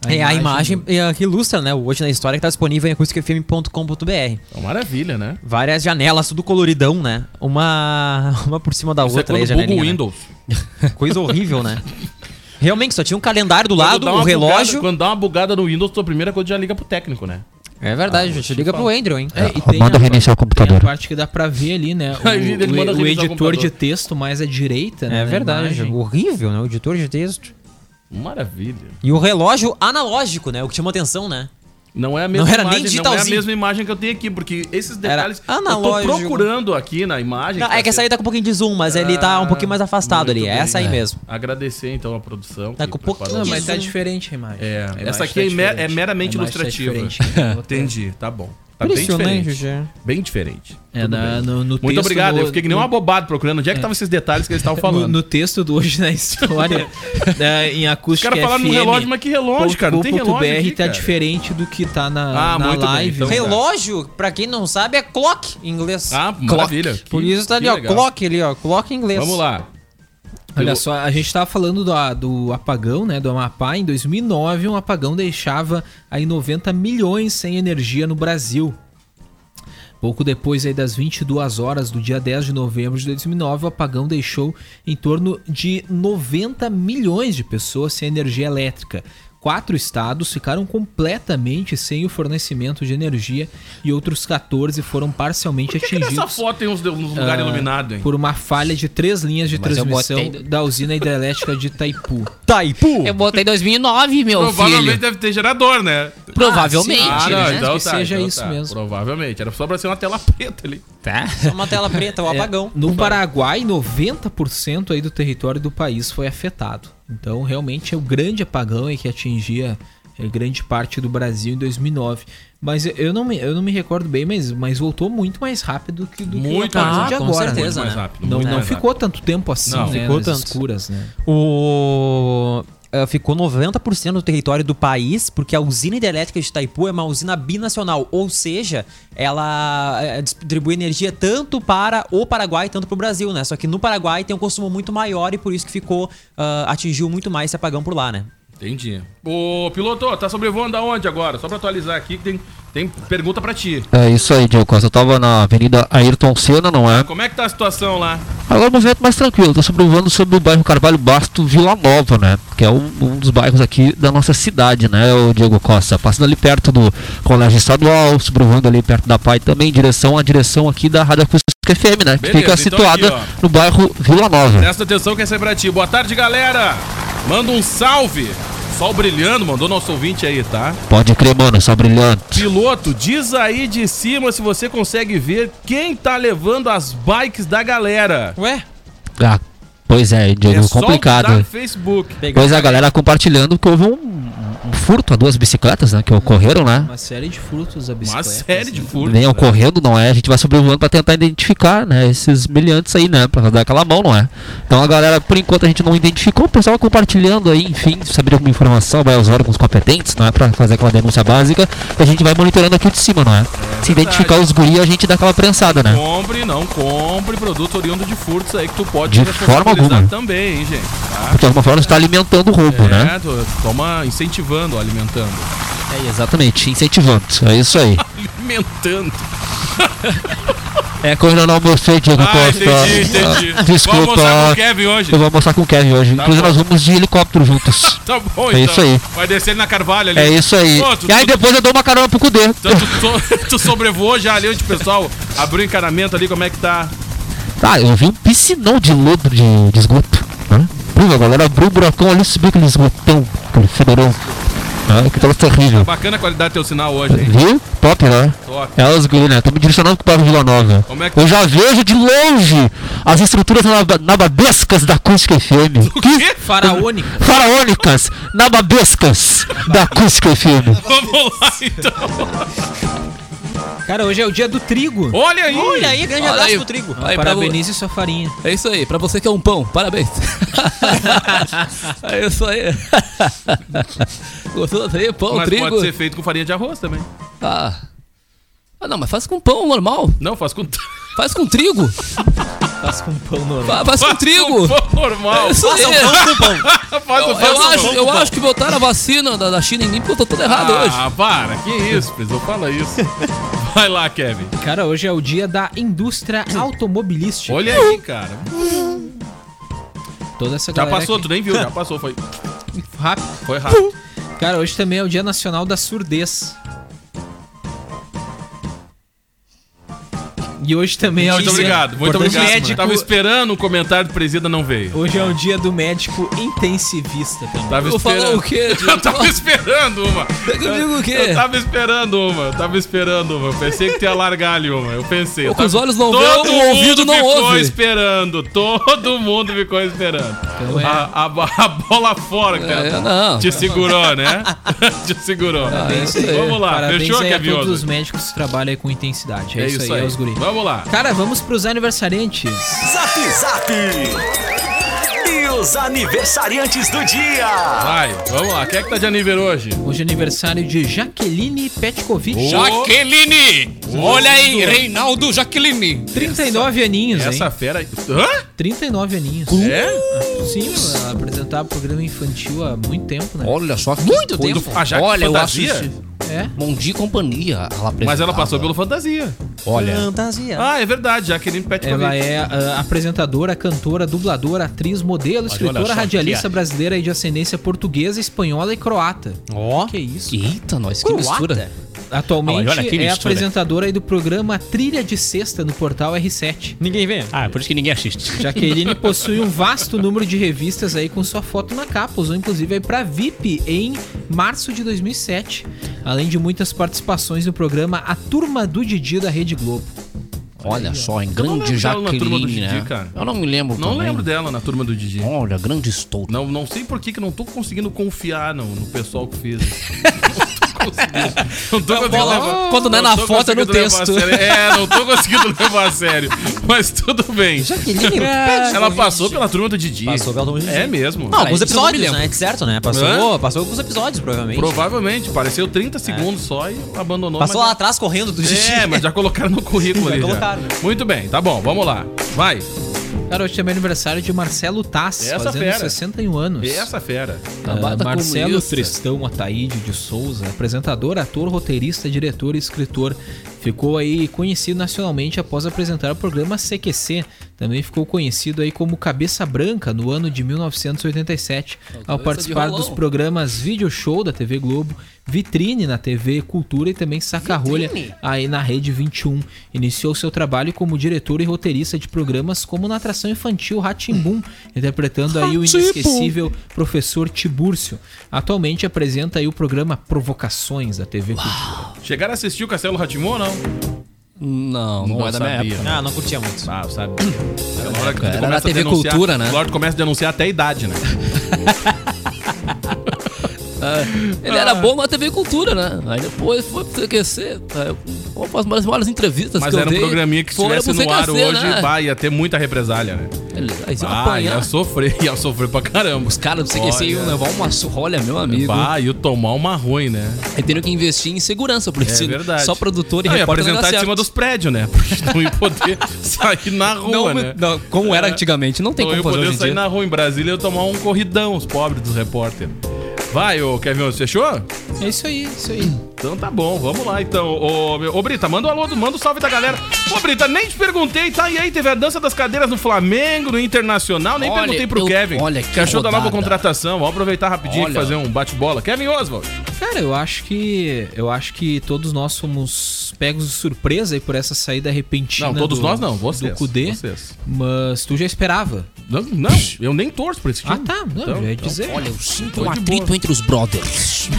É a imagem é, que ilustra, né? o Hoje na História, que tá disponível em acusticafm.com.br. Então, maravilha, né? Tá Várias janelas, tudo coloridão, né? Uma, uma por cima da Isso é outra. quando aí, a buga o janelinha, né? Windows. Coisa horrível, né? Realmente, só tinha um calendário do Quando lado, dá um uma relógio. bugada- quando dá uma bugada no Windows, tua primeira coisa é já liga pro técnico, né? É verdade, gente. Liga pro Andrew, hein? É, e Ó, manda a- reiniciar o Tem a computador. parte que dá pra ver ali, né? O, Ele manda o- reiniciar o o editor computador. de texto mais à direita, né? É na verdade. imagem. Horrível, né? O editor de texto. Maravilha. E o relógio analógico, né? O que chama atenção, né? Não é a mesma Não era nem imagem, não é a digitalzinho. mesma imagem que eu tenho aqui, porque esses Era detalhes eu analógico. tô procurando aqui na imagem. Não, é que essa aí tá com um pouquinho de zoom, mas ele tá Ah, um pouquinho mais afastado ali. É essa aí mesmo. né? Agradecer então a produção. Tá que com um preparou. pouquinho Não, de mas tá zoom. diferente a imagem. É, A imagem essa aqui tá é, me- é diferente. meramente A imagem tá ilustrativa. diferente, né? Entendi, tá bom. Tá bem Impressionante, diferente. gente. Bem diferente. É, Tudo na- bem. no- no Muito texto, obrigado, no- eu fiquei que nem um no- abobado procurando onde é que estavam esses detalhes que eles estavam No, falando. no texto do Hoje na História, né, em acústica Os caras falaram no FM, relógio, mas que relógio, cara? Não tem ponto relógio BR aqui, tá cara. diferente do que tá na, Ah, na muito bem, live. então. né? Relógio, pra quem não sabe, é clock em inglês. Ah, clock. maravilha. Por Que- isso tá ali, que ó. legal. Clock ali, ó. Clock em inglês. Vamos lá. Olha Eu- só, a gente tava falando do, do apagão, né, do Amapá. Em 2009, um apagão deixava aí 90 milhões sem energia no Brasil. Pouco depois aí das 22 horas do dia 10 de novembro de 2009, o apagão deixou em torno de 90 milhões de pessoas sem energia elétrica. Quatro estados ficaram completamente sem o fornecimento de energia e outros 14 foram parcialmente Por que, que atingidos nessa foto tem uns, uns lugares iluminados, hein? Ah, por uma falha de três linhas de Mas eu Tá transmissão botei- da usina hidrelétrica de Itaipu. Taipu! Eu botei 2009, meu Provavelmente filho. deve ter gerador, né? Provavelmente. Ah, sim. né? não, então- que seja isso mesmo. tá, Provavelmente. Era só pra ser uma tela preta ali. Tá. Uma tela preta, o É, apagão. No Paraguai, 90% aí do território do país foi afetado. Então, realmente é o grande apagão aí que atingia eh, grande parte do Brasil em 2009. Mas eu- eu não me, eu não me recordo bem, mas, mas voltou muito mais rápido que do Muito que o apagão mais de rápido, com agora. né? certeza, mais né? rápido. Não, muito não mais ficou tanto tempo assim, Não, né? ficou nas tanto. escuras, né? O. eh, Ficou 90% do território do país, porque a usina hidrelétrica de Itaipu é uma usina binacional, ou seja, ela eh, distribui energia tanto para o Paraguai, tanto para o Brasil, né? Só que no Paraguai tem um consumo muito maior e por isso que ficou, ah, atingiu muito mais esse apagão por lá, né? rápido. Entendi. Ô, piloto, tá sobrevoando aonde agora? Só pra atualizar aqui que tem, tem pergunta pra ti. É isso aí, Diego Costa. Eu tava na Avenida Ayrton Senna, não é? Como é que tá a situação lá? Agora o movimento mais tranquilo, tô sobrevoando sobre o bairro Carvalho Basto Vila Nova, né? Que é um, um dos bairros aqui da nossa cidade, né, o Diego Costa? Passando ali perto do Colégio Estadual, sobrevoando ali perto da PAI também, em direção à direção aqui da Rádio Acústica FM, né? Que Beleza, fica então situada aqui, no bairro Vila Nova. Presta atenção que essa é pra ti. Boa tarde, galera. Manda um salve. Sol brilhando, mandou nosso ouvinte aí, tá? Pode crer, mano, só brilhante. Piloto, diz aí de cima se você consegue ver quem tá levando as bikes da galera. Ué? Ah, pois é, Diego, só complicado. no Facebook. Pois é, a galera compartilhando que houve um, um furto a duas bicicletas, né? Que ocorreram, né? Uma série de frutos a Uma bicicleta. série de furtos. Vem né? ocorrendo, não é? A gente vai sobrevoando pra tentar identificar, né? Esses brilhantes aí, né? Pra dar aquela mão, não é? Então a galera, por enquanto, a gente não identificou. O pessoal compartilhando aí, enfim, saber alguma informação, vai aos órgãos competentes, não é? Pra fazer aquela denúncia básica. E a gente vai monitorando aqui de cima, não é? Se identificar os guri, a gente dá aquela prensada, né? Compre, não compre produto oriundo de furtos aí que tu pode De te forma responsabilizar alguma. também, hein, gente. Porque de alguma forma está alimentando o roubo, né? É, tu- toma incentivando, ó, alimentando. É, exatamente, incentivando. É isso aí. Alimentando. É coisa não almocei, Diego Ah, Costa. entendi, entendi. Ah, Vou almoçar com o Desculpa. Kevin hoje. Eu vou almoçar com o Kevin hoje. Inclusive, bom. nós vamos de helicóptero juntos. Tá bom, então. É isso aí. Vai descer ele na Carvalho ali. É isso aí. Pô, tu- E aí tu- depois eu dou uma carona pro Cudê. Então, tu, so- tu sobrevoou já ali onde o pessoal abriu o encanamento ali, como é que tá? Tá, eu vi um piscinão de lodo de, de esgoto. Né? Viu, a galera abriu o buracão ali e subiu aquele esgotão, aquele fedorão. Né? Que troço terrível. Bacana a qualidade do teu sinal hoje, hein? Viu? Top, né? Top. É os guri, né? Tô me direcionando pro bairro Vila Nova. Como é que- Eu já vejo de longe as estruturas naba- nababescas da Acústica FM. Que Faraônica. faraônicas, nababescas da Acústica FM. Vamos lá, então. Cara, hoje é o dia do trigo. Olha aí. Olha aí, grande Olha abraço aí. pro trigo. Olha aí pra Parabenize sua farinha. É isso aí, pra você que é um pão, parabéns. é isso aí. Gostou da farinha? Pão, Mas trigo. pode ser feito com farinha de arroz também. Ah. ah, não, mas faz com pão normal. Não, faz com... Faz com trigo. Faz com pão normal. Fa- Faz com trigo. Faz com normal. É isso aí. Faz Eu, com faz eu com acho, pão. eu acho que botaram a vacina da, da China em mim porque eu tô todo errado hoje. Ah, para. Que isso, pessoal. Fala isso. Vai lá, Kevin. Cara, hoje é o dia da indústria automobilística. Olha aí, cara. Toda essa Já galera passou, aqui- tu nem viu. Já passou, foi, Rápido. foi rápido. Cara, hoje também é o dia nacional da surdez. E hoje também é o Muito dia... obrigado, muito Importante obrigado. Médico... Tava esperando o comentário do presida, não veio. Hoje é o dia do médico intensivista também. Tava Eu falou esperando. o quê? Diego? Eu tava esperando uma. Eu digo o quê? Eu tava esperando uma, eu tava esperando uma. Eu pensei que tu ia largar ali uma. Eu pensei. Com Tava- os olhos não vê, Todo o ouvido mundo não ficou ouve. esperando. Todo mundo ficou esperando. Então é. a, a- a bola fora, cara. É, não. Ah, Te segurou, né? Te segurou. É isso aí. Vamos lá, Parabéns fechou, aí a Kevin todos Oswald? os médicos que trabalham aí com intensidade. É, isso, aí, é os guri. Vamos lá. Cara, vamos pros aniversariantes. Zap Zap! E os aniversariantes do dia! Vai, vamos lá. Quem é que tá de aniversário hoje? Hoje é aniversário de Jaqueline Petkovic. Jaqueline! Olha aí, Reinaldo Jaqueline! 39 aninhos, Essa hein? fera aí. Hã? 39 aninhos. É? Sim, ela apresentava programa infantil há muito tempo, né? Olha só, muito Quando- tempo. Ah, a Jaque Olha, eu acho Fantasia? isso. É. Bom dia e companhia. Ela Mas ela apresentava. passou pelo fantasia. Olha. Fantasia. Ah, é verdade, Jaqueline Ela Petkovic. é ah, apresentadora, cantora, dubladora, atriz, modelo, olha escritora, só, é. radialista brasileira e de ascendência portuguesa, espanhola e croata. Ó. Que isso? Eita, nós, que mistura. Atualmente Olha, olha que é mistura. apresentadora aí do programa Trilha de Sexta no portal R7. Ninguém vê. é Ah, por isso que ninguém assiste. Jaqueline possui um vasto número de revistas aí com sua foto na capa, usou inclusive aí pra VIP em março de 2007, além de muitas participações no programa A Turma do Didi da Rede Globo. Olha só, em não grande lembro dela na turma do Jaqueline, Didi, né? cara. Eu não me lembro Não também. lembro dela na turma do Didi. Olha, grande estouro. Não, não sei por que que eu não tô conseguindo confiar não, no pessoal que fez. Não tô conseguindo. Não tô conseguindo bola- quando não é na tô foto, é no conseguindo levar a texto. sério. É, não tô conseguindo levar a sério. Mas tudo bem. É, Ela passou pela turma do Didi. Passou pela turma do Didi. É mesmo. Não, alguns isso eu não me episódios, lembro. né? De certo, né? Passou, Hã? passou alguns episódios, provavelmente. Provavelmente. Pareceu É. 30 segundos só e abandonou. Passou lá mas- atrás correndo do Didi. É, mas já colocaram no currículo Já ali. colocaram. Muito bem, tá bom, vamos lá. Vai. Cara, hoje também é aniversário de Marcelo Tassi, Essa fazendo fera. 61 anos. É Essa fera. Ah, Bata Marcelo comunista. Tristão Ataíde de Souza, apresentador, ator, roteirista, diretor e escritor, ficou aí conhecido nacionalmente após apresentar o programa CQC. Também ficou conhecido aí como Cabeça Branca no ano de 1987, ao cabeça participar de rolão. dos programas Video Show da TV Globo, Vitrine na TV Cultura e também Saca-Rolha aí na Rede 21. Iniciou seu trabalho como diretor e roteirista de programas como na atração infantil Ratimbum, interpretando aí o inesquecível professor Tibúrcio. Atualmente apresenta aí o programa Provocações da TV Cultura. Chegaram a assistir o Castelo Ratimô ou não? Não, não, é da minha época. Ah, não curtia muito. Ah, sabe. Aquela hora que tu Era começa na a TV denunciar- Cultura, né? Lorde começa a denunciar até a idade, né? Ele Ah. era bom na TV Cultura, né? Aí depois foi pro CQC. Tá? Uma das maiores, maiores entrevistas Mas que eu era um dei programinha que se foram estivesse pro no ar CQC, hoje, né? bah, ia ter muita represália, né? Ele- Aí se eu Ah, ia apanhar, sofrer, ia sofrer pra caramba. os caras do CQC iam Olha. levar né? uma surrolha, meu amigo. Bah, ia tomar uma ruim, né? Aí teriam que investir em segurança, porque É se verdade. só produtor e Não, ia repórter não dá apresentar em certo. cima dos prédios, né? Porque não ia poder sair na rua, não, né? não, como era antigamente, não tem Então eu como fazer poder hoje em sair dia. na rua em Brasília e eu tomar um corridão, os pobres dos repórter. Vai, ô Kevin, você fechou? É isso aí, isso aí. Então tá bom, vamos lá então. Ô, meu- ô, Brita, manda um alô, manda um salve da galera. Ô Brita, nem te perguntei, tá? E aí, teve a dança das cadeiras no Flamengo, no Internacional, nem Olha, perguntei pro eu- Kevin. olha, O que que achou da nova rodada. contratação? Vamos aproveitar rapidinho e Olha. fazer um bate-bola. Kevin Oswald. Cara, eu acho que eu acho que todos nós fomos pegos de surpresa aí por essa saída repentina. Não, todos do- nós não, vocês, Do Kudê, vocês. mas tu já esperava. Não, não, eu nem torço pra esse time. Ah, tá. Não, Então, já ia dizer. Olha, eu sinto Tô um de atrito boa. entre os brothers.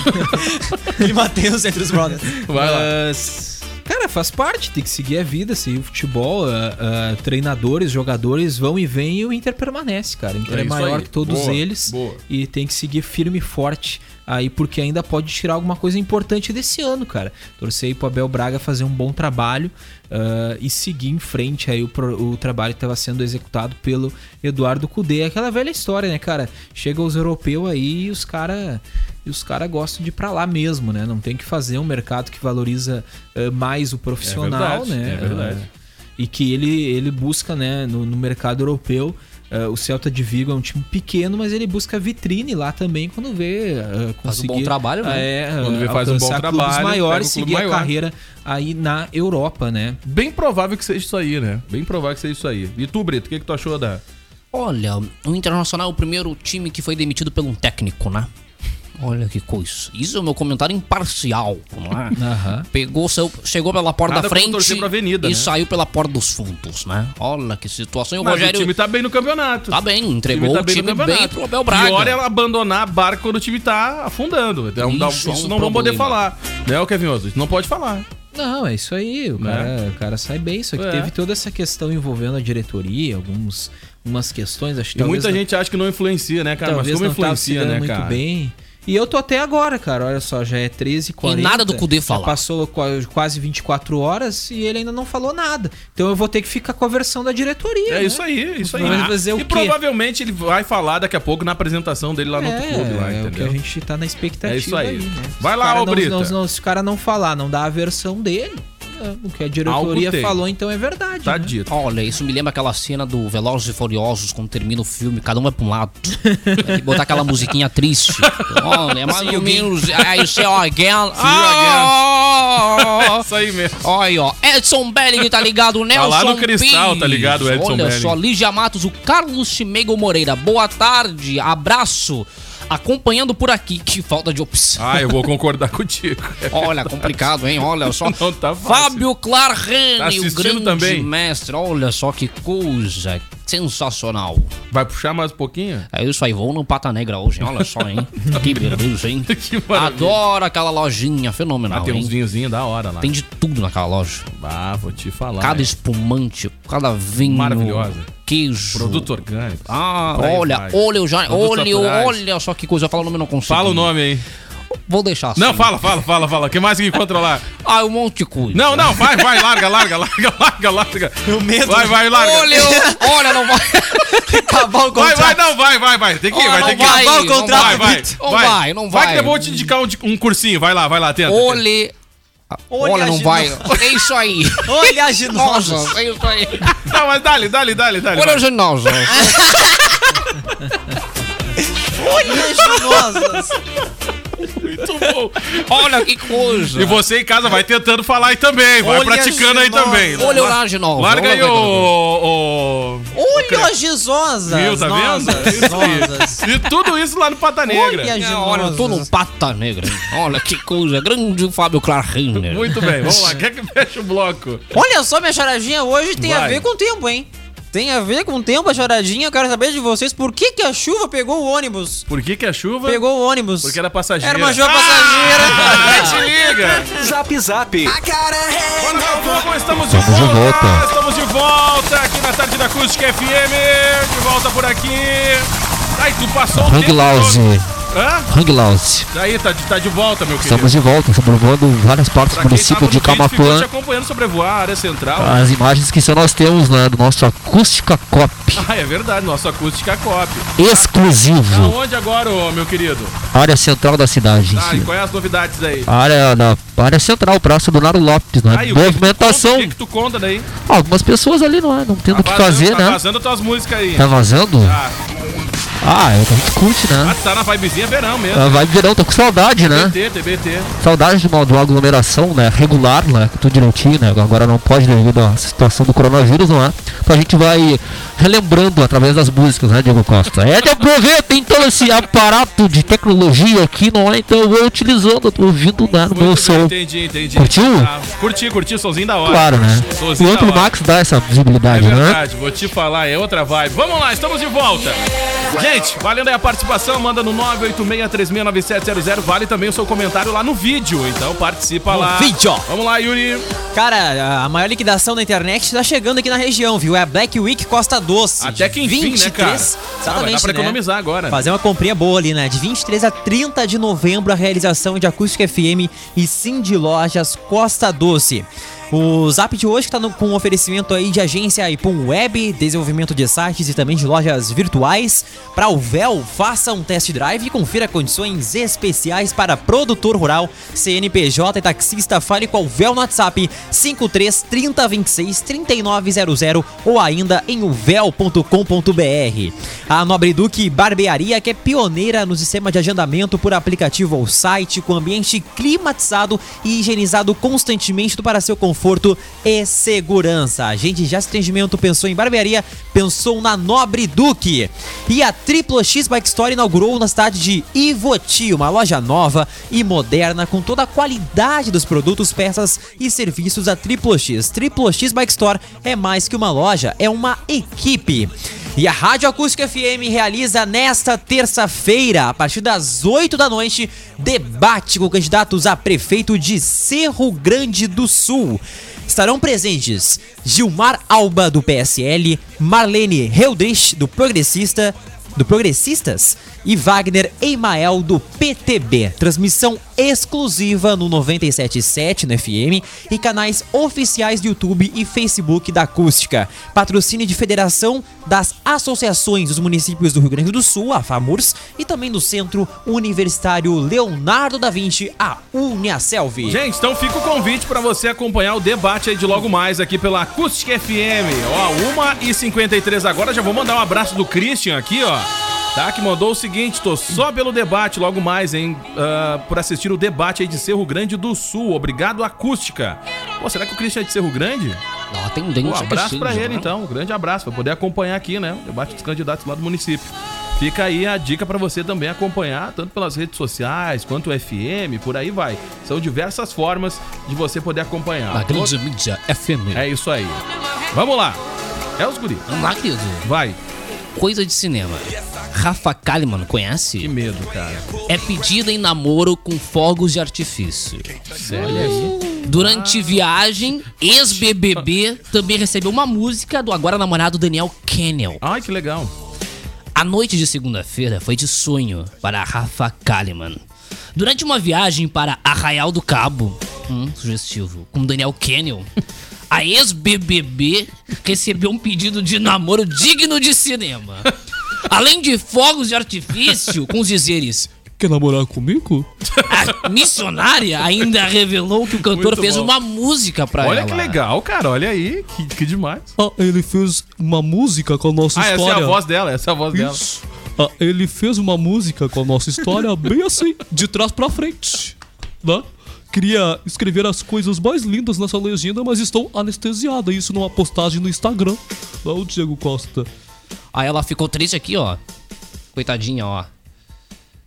Ele bateu os entre os brothers. Vai lá. Mas, cara, faz parte, tem que seguir a vida, seguir o futebol. ah, ah, treinadores, jogadores vão e vêm e o Inter permanece, cara. O Inter É é, isso maior aí. que todos Boa, eles boa. e tem que seguir firme e forte aí, porque ainda pode tirar alguma coisa importante desse ano, cara. Torcer aí pro Abel Braga fazer um bom trabalho ah, e seguir em frente aí o, pro- o trabalho que estava sendo executado pelo Eduardo Cudê. É Aquela velha história, né, cara? Chega os europeus aí e os caras e os caras gostam de ir pra lá mesmo, né? Não tem o que fazer é um mercado que valoriza eh, mais o profissional, verdade, né? é verdade. Ah, E que ele, ele busca, né, no, no mercado europeu. eh, o Celta de Vigo é um time pequeno, mas ele busca vitrine lá também quando vê eh, conseguir Faz um bom trabalho, né? É, Quando vê, faz um bom alcançar clubes trabalho, pega maiores, o clube seguir maior. a carreira aí na Europa, né? Bem provável que seja isso aí, né? Bem provável que seja isso aí. E tu, Brito, o que, que tu achou da. Olha, o Internacional é o primeiro time que foi demitido por um técnico, né? Olha que coisa. Isso é o meu comentário imparcial, não é? Aham. Pegou, seu, chegou pela porta Nada da como frente torcer pra Avenida, e né? saiu pela porta dos fundos, né? Olha que situação. E o Mas Rogério o time tá bem no campeonato. tá bem, entregou o time, bem, pro Abel Braga. Pior é ela abandonar barco quando o time tá afundando. Então, dá um- isso Isso é um não vão poder problema. falar. Né, o Kevin Oswald? Não pode falar. Não, é isso aí. O, Né? cara, o cara sai bem. Só que É. teve toda essa questão envolvendo a diretoria, alguns, algumas questões. Acho que E muita talvez não- gente acha que não influencia, né, cara? talvez Mas como não tava se influencia, dando né, muito cara? bem. E eu tô até agora, cara. Olha só, já é 13 h 40 E nada do Kudê falar. Já Passou qua- quase 24 horas e ele ainda não falou nada. Então eu vou ter que ficar com a versão da diretoria. É né? isso aí, isso aí. Vai fazer e o quê? provavelmente ele vai falar daqui a pouco na apresentação dele lá no outro É, clube, lá, é o que a entendeu? gente tá na expectativa. É isso aí. né? Se Vai o lá, cara ô não- Brita. não- não- se o cara não falar, não dar a versão dele, é, o que a Algo diretoria tem. falou, então é verdade. Tá né? dito. Olha, isso me lembra aquela cena do Velozes e Furiosos, quando termina o filme, cada um vai pra um lado. Aí botar aquela musiquinha triste. Olha, é mais ou menos... Aí você, ó, again... Ah, É Isso aí mesmo. Olha, ó, Edson Belling, tá ligado? Nelson lá no cristal, tá ligado, o Edson Olha Belling. só, Lígia Matos, o Carlos Chimego Moreira. Boa tarde, abraço. Acompanhando por aqui, que falta de opção. Ah, eu vou concordar contigo. Olha, complicado, hein? Olha só. Não tá fácil. Fábio Tá Clarrani, o assistindo grande também? mestre. Olha só que coisa sensacional. Vai puxar mais um pouquinho? É isso aí, vou no Pata Negra hoje, é hein? olha só, hein? que beleza, hein? Que maravilha. Adoro aquela lojinha, fenomenal, Ah, tem uns hein? vinhozinhos da hora lá. Tem de tudo naquela loja. Ah, vou te falar. Cada hein? espumante, cada vinho. Maravilhosa. Queijo. Produto orgânico. Ah, Por aí olha, vai. olha, já, Produtos olha, naturais. olha só que coisa. Fala o nome, eu não consigo. Fala o nome aí. Vou deixar assim. Não, fala, fala, fala, fala. O que mais que encontra lá? Ah, um monte de coisa. Não, não, vai, vai, larga, larga, larga, larga, larga. Eu mesmo. Vai, vai, larga. Olha, olha, não vai. Tá Acabar o Vai, contrato. vai, não, vai, vai, vai. Tem que ir, Olha, vai, não tem que ir. vai, acabar o não contrato, Vai, vai, Não vai, não vai. Vai que eu vou te indicar um, um cursinho. Vai lá, vai lá, tenta. tenta. Olhe. Olha, Olha, não Gino. vai. É isso aí. Olha a ginosa. Nossa, é isso aí. Não, mas dá-lhe, dá-lhe, dá-lhe, dá-lhe. Olha, vai. Ginosa. Olha as ginosas. Olha que coisa. E você em casa vai tentando falar aí também. Vai Olha, praticando aí Gino. também. Olha o Ginosa. Larga aí olha, o... o... Olha as gizosas. Viu, tá vendo? Nosas, Isso aí. nosas. E tudo isso lá no Pata Negra. Olha as Não, Olha, eu tô no ginosas. pata negra. hein? Olha que coisa. Grande Fábio Clarriner. Muito bem, vamos lá. Quer que feche o bloco? Olha só, minha charadinha hoje tem Vai. a ver com o tempo, hein? Tem a ver com o tempo a charadinha. Eu quero saber de vocês por que, que a chuva pegou o ônibus. Por que que a chuva... Pegou o ônibus. Porque era passageira. Era uma chuva passageira. Ah, te liga! Zap Zap. Bora, Galvão, estamos de volta. Estamos de volta aqui na tarde da Acústica FM. De volta por aqui. Ai, tu passou o Hang tempo Lause. todo. Hã? Hanglaus. Daí, tá, de- tá de volta, meu querido. Estamos de volta, sobrevoando várias partes do Pra quem município tava de no vídeo, ficou te Camacuã. Ah. acompanhando sobrevoar a área central. As imagens que só nós temos, né, do nosso Acústica Cop. Ah, é verdade, nosso acústica cop. Tá Exclusivo. onde agora, ô, meu querido? Área central da cidade. em Tá, e si. quais as novidades aí? A área, da, a área central, Praça do Naro Lopes, né? Aí, o que que tu Movimentação. conta? O que, que tu conta daí? Algumas pessoas ali, não é? Não tendo o que fazer, tá né? vazando tuas músicas aí. Tá vazando? Ah. Ah, é o que a gente curte, Ah, né? tá na vibezinha verão mesmo. A vibe verão, tô com saudade, né? TBT, TBT. Saudade de uma, de uma aglomeração, né? Regular, né? Tudo direitinho, né? Agora não pode devido à situação do coronavírus, não é? Então a gente vai relembrando através das músicas, né, Diego Costa? É de aproveitem todo esse aparato de tecnologia aqui, não é? Então eu vou utilizando, tô ouvindo né, no meu Muito bem, som. Entendi, entendi. Curtiu? Ah, curti, curti, sozinho da hora. Claro, né? O Sozinho da amplo hora. Max dá essa É visibilidade, né? verdade, vou te falar, é outra vibe. Vamos lá, estamos de volta. Gente, valendo aí a participação, manda no 986369700, vale também o seu comentário lá no vídeo, então participa lá. vídeo. Vamos lá, Yuri. Cara, a maior liquidação da internet tá chegando aqui na região, viu? É a Black Week Costa Doce. Até que de enfim, né, cara? Ah, vai Exatamente, dar pra né? economizar agora. Fazer uma comprinha boa ali, né? De 23 a 30 de novembro, a realização de Acústica FM e Sim de Lojas Costa Doce. O Zap de hoje está com um oferecimento aí de agência Ipum Web, desenvolvimento de sites e também de lojas virtuais. Para o véu, faça um test drive e confira condições especiais para produtor rural, CNPJ e taxista. Fale com o véu no WhatsApp 53 30 26 3900 ou ainda em uvel.com.br. A Nobre Duque Barbearia, que é pioneira no sistema de agendamento por aplicativo ou site, com ambiente climatizado e higienizado constantemente para seu conforto e segurança. A gente já se atendimento pensou em barbearia, pensou na Nobre Duque. E a Triplo X Bike Store inaugurou na cidade de Ivoti, uma loja nova e moderna com toda a qualidade dos produtos, peças e serviços da Triplo X. Triplo X Bike Store é mais que uma loja, é uma equipe. E a Rádio Acústica FM realiza nesta terça-feira, a partir das 8 da noite, debate com candidatos a prefeito de Cerro Grande do Sul. Estarão presentes Gilmar Alba, do PSL, Marlene Heldrich, do Progressista, do Progressistas e Wagner Eimael do PTB. Transmissão exclusiva no 977 no FM e canais oficiais do YouTube e Facebook da Acústica. Patrocínio de Federação das Associações dos Municípios do Rio Grande do Sul, a FAMURS, e também do Centro Universitário Leonardo da Vinci, a Uniaselv. Gente, então fica o convite pra você acompanhar o debate aí de logo mais aqui pela Acústica FM. Ó, 1h53 agora, já vou mandar um abraço do Christian aqui, ó. Tá, que mandou o seguinte, tô só pelo debate, logo mais, hein? ah, por assistir o debate aí de Cerro Grande do Sul. Obrigado, Acústica. Pô, será que o Christian é de Cerro Grande? Ah, tem um dente Um que abraço seja, pra ele, né? então. Um grande abraço. Pra poder acompanhar aqui, né? O debate dos candidatos lá do município. Fica aí a dica pra você também acompanhar, tanto pelas redes sociais, quanto o FM, por aí vai. São diversas formas de você poder acompanhar. Na grande mídia FM. É isso aí. Vamos lá. É os guri. Vamos lá, querido. Vai. Coisa de cinema. Rafa Kalimann, conhece? Que medo, cara. É pedida em namoro com fogos de artifício. Sério aí. Durante viagem, ex-BBB também recebeu uma música do agora namorado Daniel Kennel. Ai, que legal. A noite de segunda-feira foi de sonho para Rafa Kalimann. Durante uma viagem para Arraial do Cabo, hum, sugestivo, com Daniel Kennel, a ex-BBB recebeu um pedido de namoro digno de cinema. Além de fogos de artifício com os dizeres Quer namorar comigo? A missionária ainda revelou que o cantor Muito fez um bom. uma música para ela. Olha que legal, cara. Olha aí. Que, que demais. Ah, ele fez uma música com a nossa Ah, essa é história. a voz dela. Essa é a voz dela. Isso. Ah, ele fez uma música com a nossa história bem assim, de trás pra frente. Né? Queria escrever as coisas mais lindas nessa legenda, mas estou anestesiada. Isso numa postagem no Instagram. Lá o Diego Costa. Aí ela ficou triste aqui, ó. Coitadinha, ó.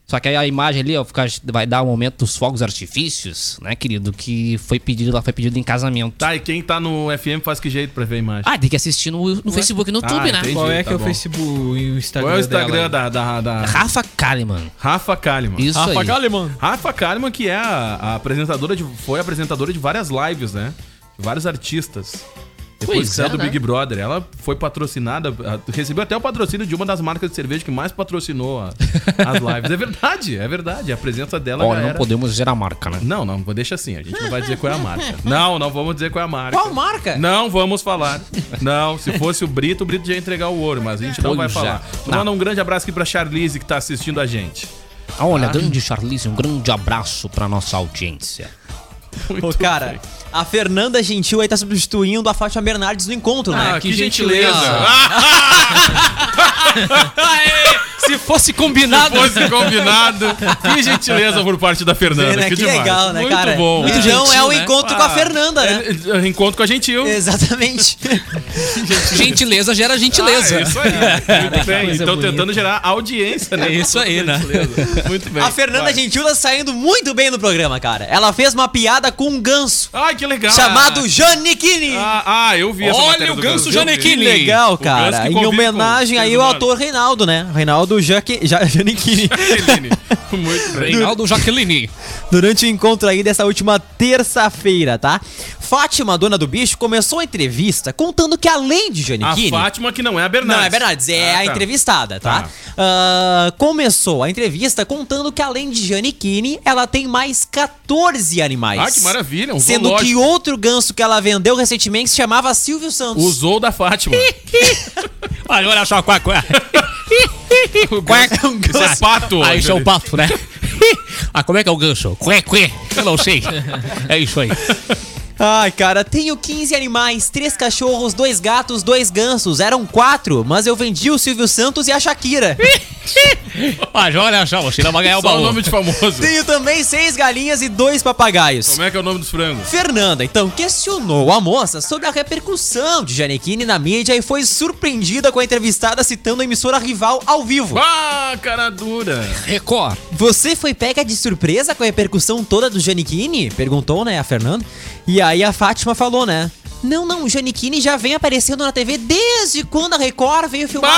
Só que aí a imagem ali, ó, fica- vai dar o momento dos fogos artifícios, né, querido? Que foi pedido, ela foi pedida em casamento. Tá, e quem tá no FM faz que jeito pra ver a imagem? Ah, tem que assistir no, no Facebook e no YouTube, né? entendi. Qual é Tá que é o bom. Facebook e o Instagram Qual é o Instagram dela? da, da, da Rafa Kalimann. Rafa Kalimann? Isso aí. Kalimann. Rafa Kalimann, que é a, a apresentadora de. Foi apresentadora de várias lives, né? De vários artistas. Depois Pois que saiu é, do né? Big Brother, ela foi patrocinada, a- recebeu até o patrocínio de uma das marcas de cerveja que mais patrocinou a- as lives. É verdade, é verdade. A presença dela já era- podemos gerar marca, né? Não, não, deixa assim, a gente não vai dizer qual é a marca. Não, não vamos dizer qual é a marca. Qual marca? Não vamos falar. Não, se fosse o Brito, o Brito já ia entregar o ouro, mas a gente não Olha vai já. falar. Então, Não. Manda um grande abraço aqui pra Charlize que tá assistindo a gente. Ah, Olha, grande Charlize, um grande abraço pra nossa audiência. Pô, cara, a Fernanda Gentil aí tá substituindo a Fátima Bernardes no encontro, né? Ah, que gentileza. Se fosse combinado. Fosse combinado. Que gentileza por parte da Ah, Fernanda. Né? Que, Que demais. legal, né, Muito cara? bom. né? Ah, Então é o encontro com a Fernanda, né? É, é, Encontro com a Gentil. Exatamente. Gentileza gera Ah, gentileza. é isso aí. Muito bem. coisa Então bonita. tentando gerar audiência, né? É isso aí, né? Gentileza. Muito bem. A Fernanda Vai. Gentil tá saindo muito bem no programa, cara. Ela fez uma piada com um ganso Ai, que legal. chamado Janequini. Ah, ah, eu vi essa Olha matéria o do ganso eu Janequini. vi. Legal, O ganso cara. que Em convive homenagem com aí seres ao humanos. ator Reinaldo, né? Reinaldo Jaque... Ja- Janequini. Janequini. Muito bem. Reinaldo Jaqueline. Durante o encontro aí dessa última terça-feira, tá? Fátima, dona do bicho, começou a entrevista contando que além de A Janequini... Fátima que não é a Bernardes. Não, é Bernardes, é Ah, tá. a entrevistada, tá? Tá. Ah, começou a entrevista contando que além de Janequine, ela tem mais 14 animais. Ah, que maravilha, um Sendo que zoológico. outro ganso que ela vendeu recentemente se chamava Silvio Santos. Usou da Fátima. Aí olha só, quá, quá. O ganso- É um ganso. Isso é pato. Aí isso é o pato, né? Ah, como é que é o ganso? Quê, quê? Eu não sei. É isso aí. Ai, cara, tenho 15 animais, três cachorros, dois gatos, dois gansos. Eram quatro, mas eu vendi o Silvio Santos e a Shakira. Mas olha só, você não vai ganhar o Só Então o baú. nome de famoso. tenho também seis galinhas e dois papagaios. Como é que é o nome dos frangos? Fernanda, então, questionou a moça sobre a repercussão de Janequine na mídia e foi surpreendida com a entrevistada citando a emissora rival ao vivo. Ah, cara dura. Record. Você foi pega de surpresa com a repercussão toda do Janequine? Perguntou, né, a Fernanda. E aí a Fátima falou, né? Não, não, o Janequine já vem aparecendo na TV desde quando a Record veio filmar.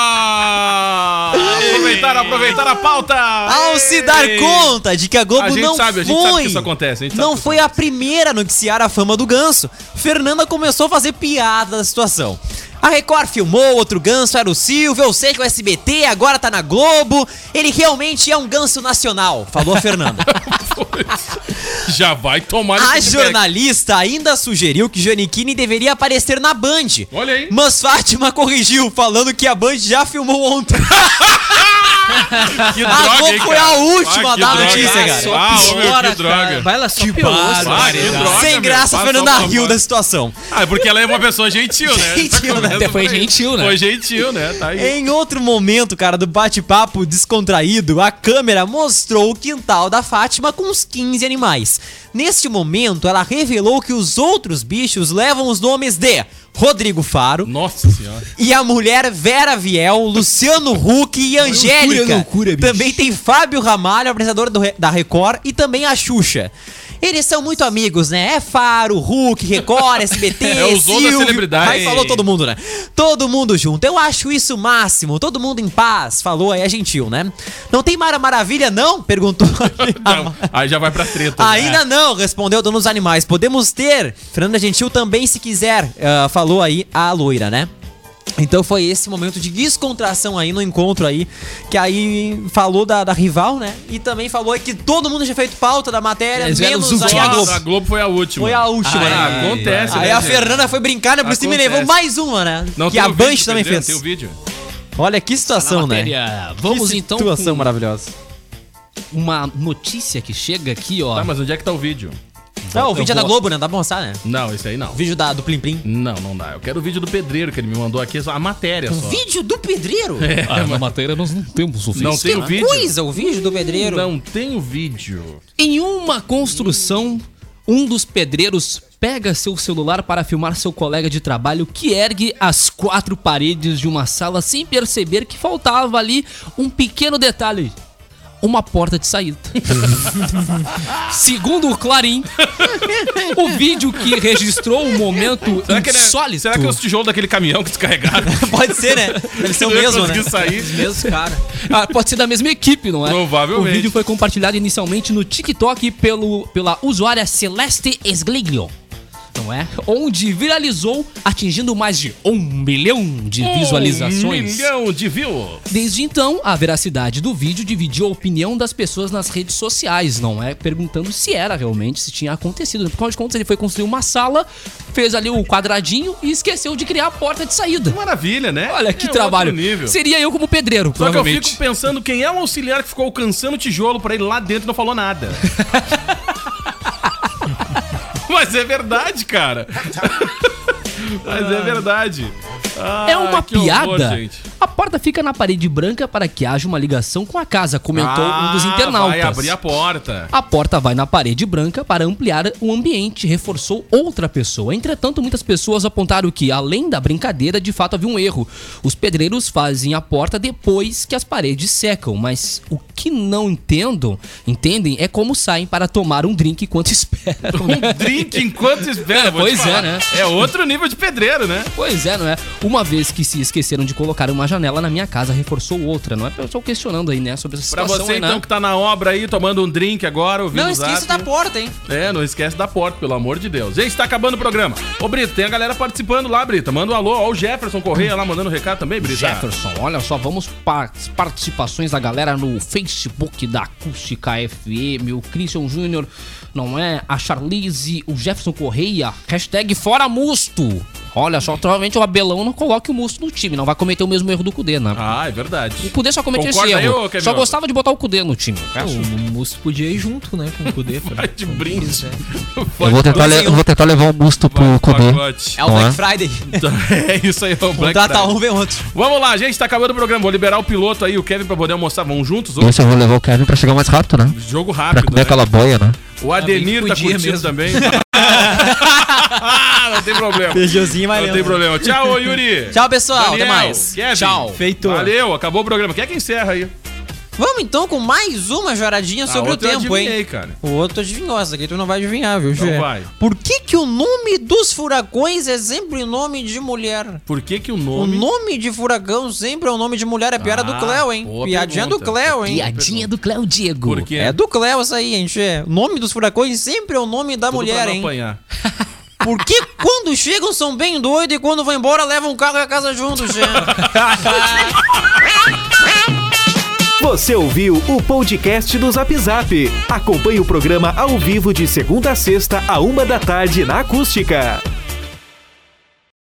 Ah! Aproveitaram, aproveitaram a pauta. Ao se dar conta de que a Globo A gente não sabe, a gente sabe foi, que isso acontece, a gente sabe não que isso foi a primeira a noticiar a fama do ganso, Fernanda começou a fazer piada da situação. A Record filmou outro ganso, era o Silvio, eu sei que o SBT agora tá na Globo, ele realmente é um ganso nacional, falou a Fernanda. Já vai tomar a esse feedback. jornalista ainda sugeriu que Janequine deveria aparecer na Band. Olha aí. Mas Fátima corrigiu, falando que a Band já filmou ontem. Que a Globo hein, foi cara? a última Ah, que da droga. notícia, cara. Ah, Só homem, piora, que droga. Vai lá, só piorou. barba. cara. Ah, que droga, Sem meu. graça, Passa Fernanda uma riu mão. da situação. Ah, é porque ela é uma pessoa gentil, né? Gentil, né? Começa Até foi por aí. gentil, né? Foi gentil, né? Tá aí. Em outro momento, cara, do bate-papo descontraído, a câmera mostrou o quintal da Fátima com uns 15 animais. Neste momento, ela revelou que os outros bichos levam os nomes de Rodrigo Faro Nossa senhora. e a mulher Vera Viel, Luciano Huck e Angélica. loucura, bicho. Também tem Fábio Ramalho, apresentador do Re- da Record, e também a Xuxa. Eles são muito amigos, né? É Faro, Hulk, Record, SBT, É, usou da Silvio. celebridade. Aí falou todo mundo, né? Todo mundo junto. Eu acho isso o máximo. Todo mundo em paz. Falou aí, é gentil, né? Não tem Mara Maravilha, não? Perguntou. a- Não, aí já vai pra treta. né? Ainda não, respondeu o dono dos animais. Podemos ter. Fernanda Gentil também, se quiser, ah, falou aí a loira, né? Então foi esse momento de descontração aí no encontro aí, que aí falou da, da rival, né? E também falou aí que todo mundo já feito pauta da É matéria, Eles vieram menos os aí a Nossa, Globo. a Globo foi a última. Foi a última, Ah, né? acontece, Aí né, a gente? Fernanda foi brincada por cima e Acontece. levou mais uma, né? Não, que tem a o Band vídeo, também Pedrinho, fez. Tem o vídeo. Olha que situação, né? Matéria. Vamos que então situação com maravilhosa. uma notícia que chega aqui, ó. Tá, mas onde é que tá o vídeo? Não, o eu vídeo é da vou- Globo, né? Dá pra mostrar, né? Não, esse aí não. O vídeo da, do Plim Plim. Não, não dá. Eu quero o vídeo do pedreiro que ele me mandou aqui, só a matéria só. Vídeo do pedreiro? Ah, na matéria nós não temos o Não tem o vídeo. Coisa, o vídeo do pedreiro. Não tem o vídeo. Em uma construção, um dos pedreiros pega seu celular para filmar seu colega de trabalho que ergue as quatro paredes de uma sala sem perceber que faltava ali um pequeno detalhe. Uma porta de saída. Segundo o Clarim, o vídeo que registrou o momento Será que, ele é- insólito. será que é os tijolos daquele caminhão que descarregaram? Pode ser, né? Deve ser o Não ia mesmo, né? conseguir sair. Mesmo, cara. Ah, pode ser da mesma equipe, não é? Provavelmente. O vídeo foi compartilhado inicialmente no TikTok pelo, pela usuária Celeste Esgliglio. não é? Onde viralizou, atingindo mais de um milhão de visualizações. Um milhão de views. Desde então, a veracidade do vídeo dividiu a opinião das pessoas nas redes sociais, não é? Perguntando se era realmente, se tinha acontecido. Por causa de contas, ele foi construir uma sala, fez ali o quadradinho e esqueceu de criar a porta de saída. Maravilha, né? Olha que É outro trabalho. nível. Seria eu como pedreiro, Só que eu provavelmente. fico pensando quem é o auxiliar que ficou alcançando tijolo pra ele lá dentro e não falou nada. Mas é verdade, cara. Mas é verdade. É uma Ah, que horror, piada. gente. a porta fica na parede branca para que haja uma ligação com a casa, comentou um dos Ah, internautas. Vai abrir a porta. A porta vai na parede branca para ampliar o ambiente, reforçou outra pessoa. Entretanto, muitas pessoas apontaram que, além da brincadeira, de fato havia um erro. Os pedreiros fazem a porta depois que as paredes secam, mas o que não entendam, entendem, é como saem para tomar um drink enquanto esperam. né? Um drink enquanto espera. É, vou te pois é, falar. né? É outro nível de pedreiro, né? Pois é, não é? Uma vez que se esqueceram de colocar uma janela na minha casa, reforçou outra, não é? Eu estou questionando aí, né, sobre essa Pra situação você, aí, então, né? que tá na obra aí, tomando um drink agora, ouvindo Não o esqueça zap. da porta, hein? É, não esquece da porta, pelo amor de Deus. Gente, tá acabando o programa. Ô, Brito, tem a galera participando lá, Brita. Manda um alô. Ó, o Jefferson Correia lá mandando recado também, Brita. Jefferson, olha só, vamos para as participações da galera no Facebook da Acústica FM, o Christian Júnior, não é? A Charlize, o Jefferson Correia, hashtag fora musto. Olha só, provavelmente o Abelão não coloque o musto no time, não vai cometer o mesmo erro do Cudê, né? Ah, é verdade. O Cudê só cometeu esse Concorda aí, erro. ô, É, Kevin só Otto? gostava de botar o Cudê no time. O Musto podia ir junto, né? Com o Kudê. cara. De brinde. Eu vou tentar, le- eu vou tentar levar um musto pro Kudê. É o Ó. Black Friday. É isso aí, é o Black Contrata Friday. um, vem outro. Vamos lá, gente, tá acabando o programa. Vou liberar o piloto aí, o Kevin, pra poder almoçar. Vamos juntos? Hoje? Esse eu vou levar o Kevin pra chegar mais rápido, né? Jogo Pra rápido. comer Né? aquela boia, né? O Adenir tá podia curtindo mesmo. também. Ah, não tem problema. Beijozinho, Não tem problema. Tchau, ô, Yuri. Tchau, pessoal. Daniel, até mais. Kevin. Tchau. Feito. Valeu, acabou o programa. Quem é que encerra aí? Vamos então com mais uma joradinha sobre o outra Ah, eu tempo, adivinhei, hein? cara. Então O outro adivinhou, essa aqui tu não vai adivinhar, viu, Gê? vai. Por que que o nome dos furacões é sempre nome de mulher? Por que que o O nome... nome de furacão sempre é o nome de mulher, é piada Ah, do Cléo, hein? boa Piadinha pergunta. do Cléo, hein? Piadinha do Cléo Diego. Por quê? É do Cléo essa aí, gente. É. O nome dos furacões sempre é o nome da Tudo pra mulher, não hein? apanhar. Por que quando chegam são bem doidos e quando vão embora levam o carro e a casa junto, gente? Você ouviu o podcast do Zap Zap. Acompanhe o programa ao vivo de segunda a sexta, a uma da tarde na Acústica.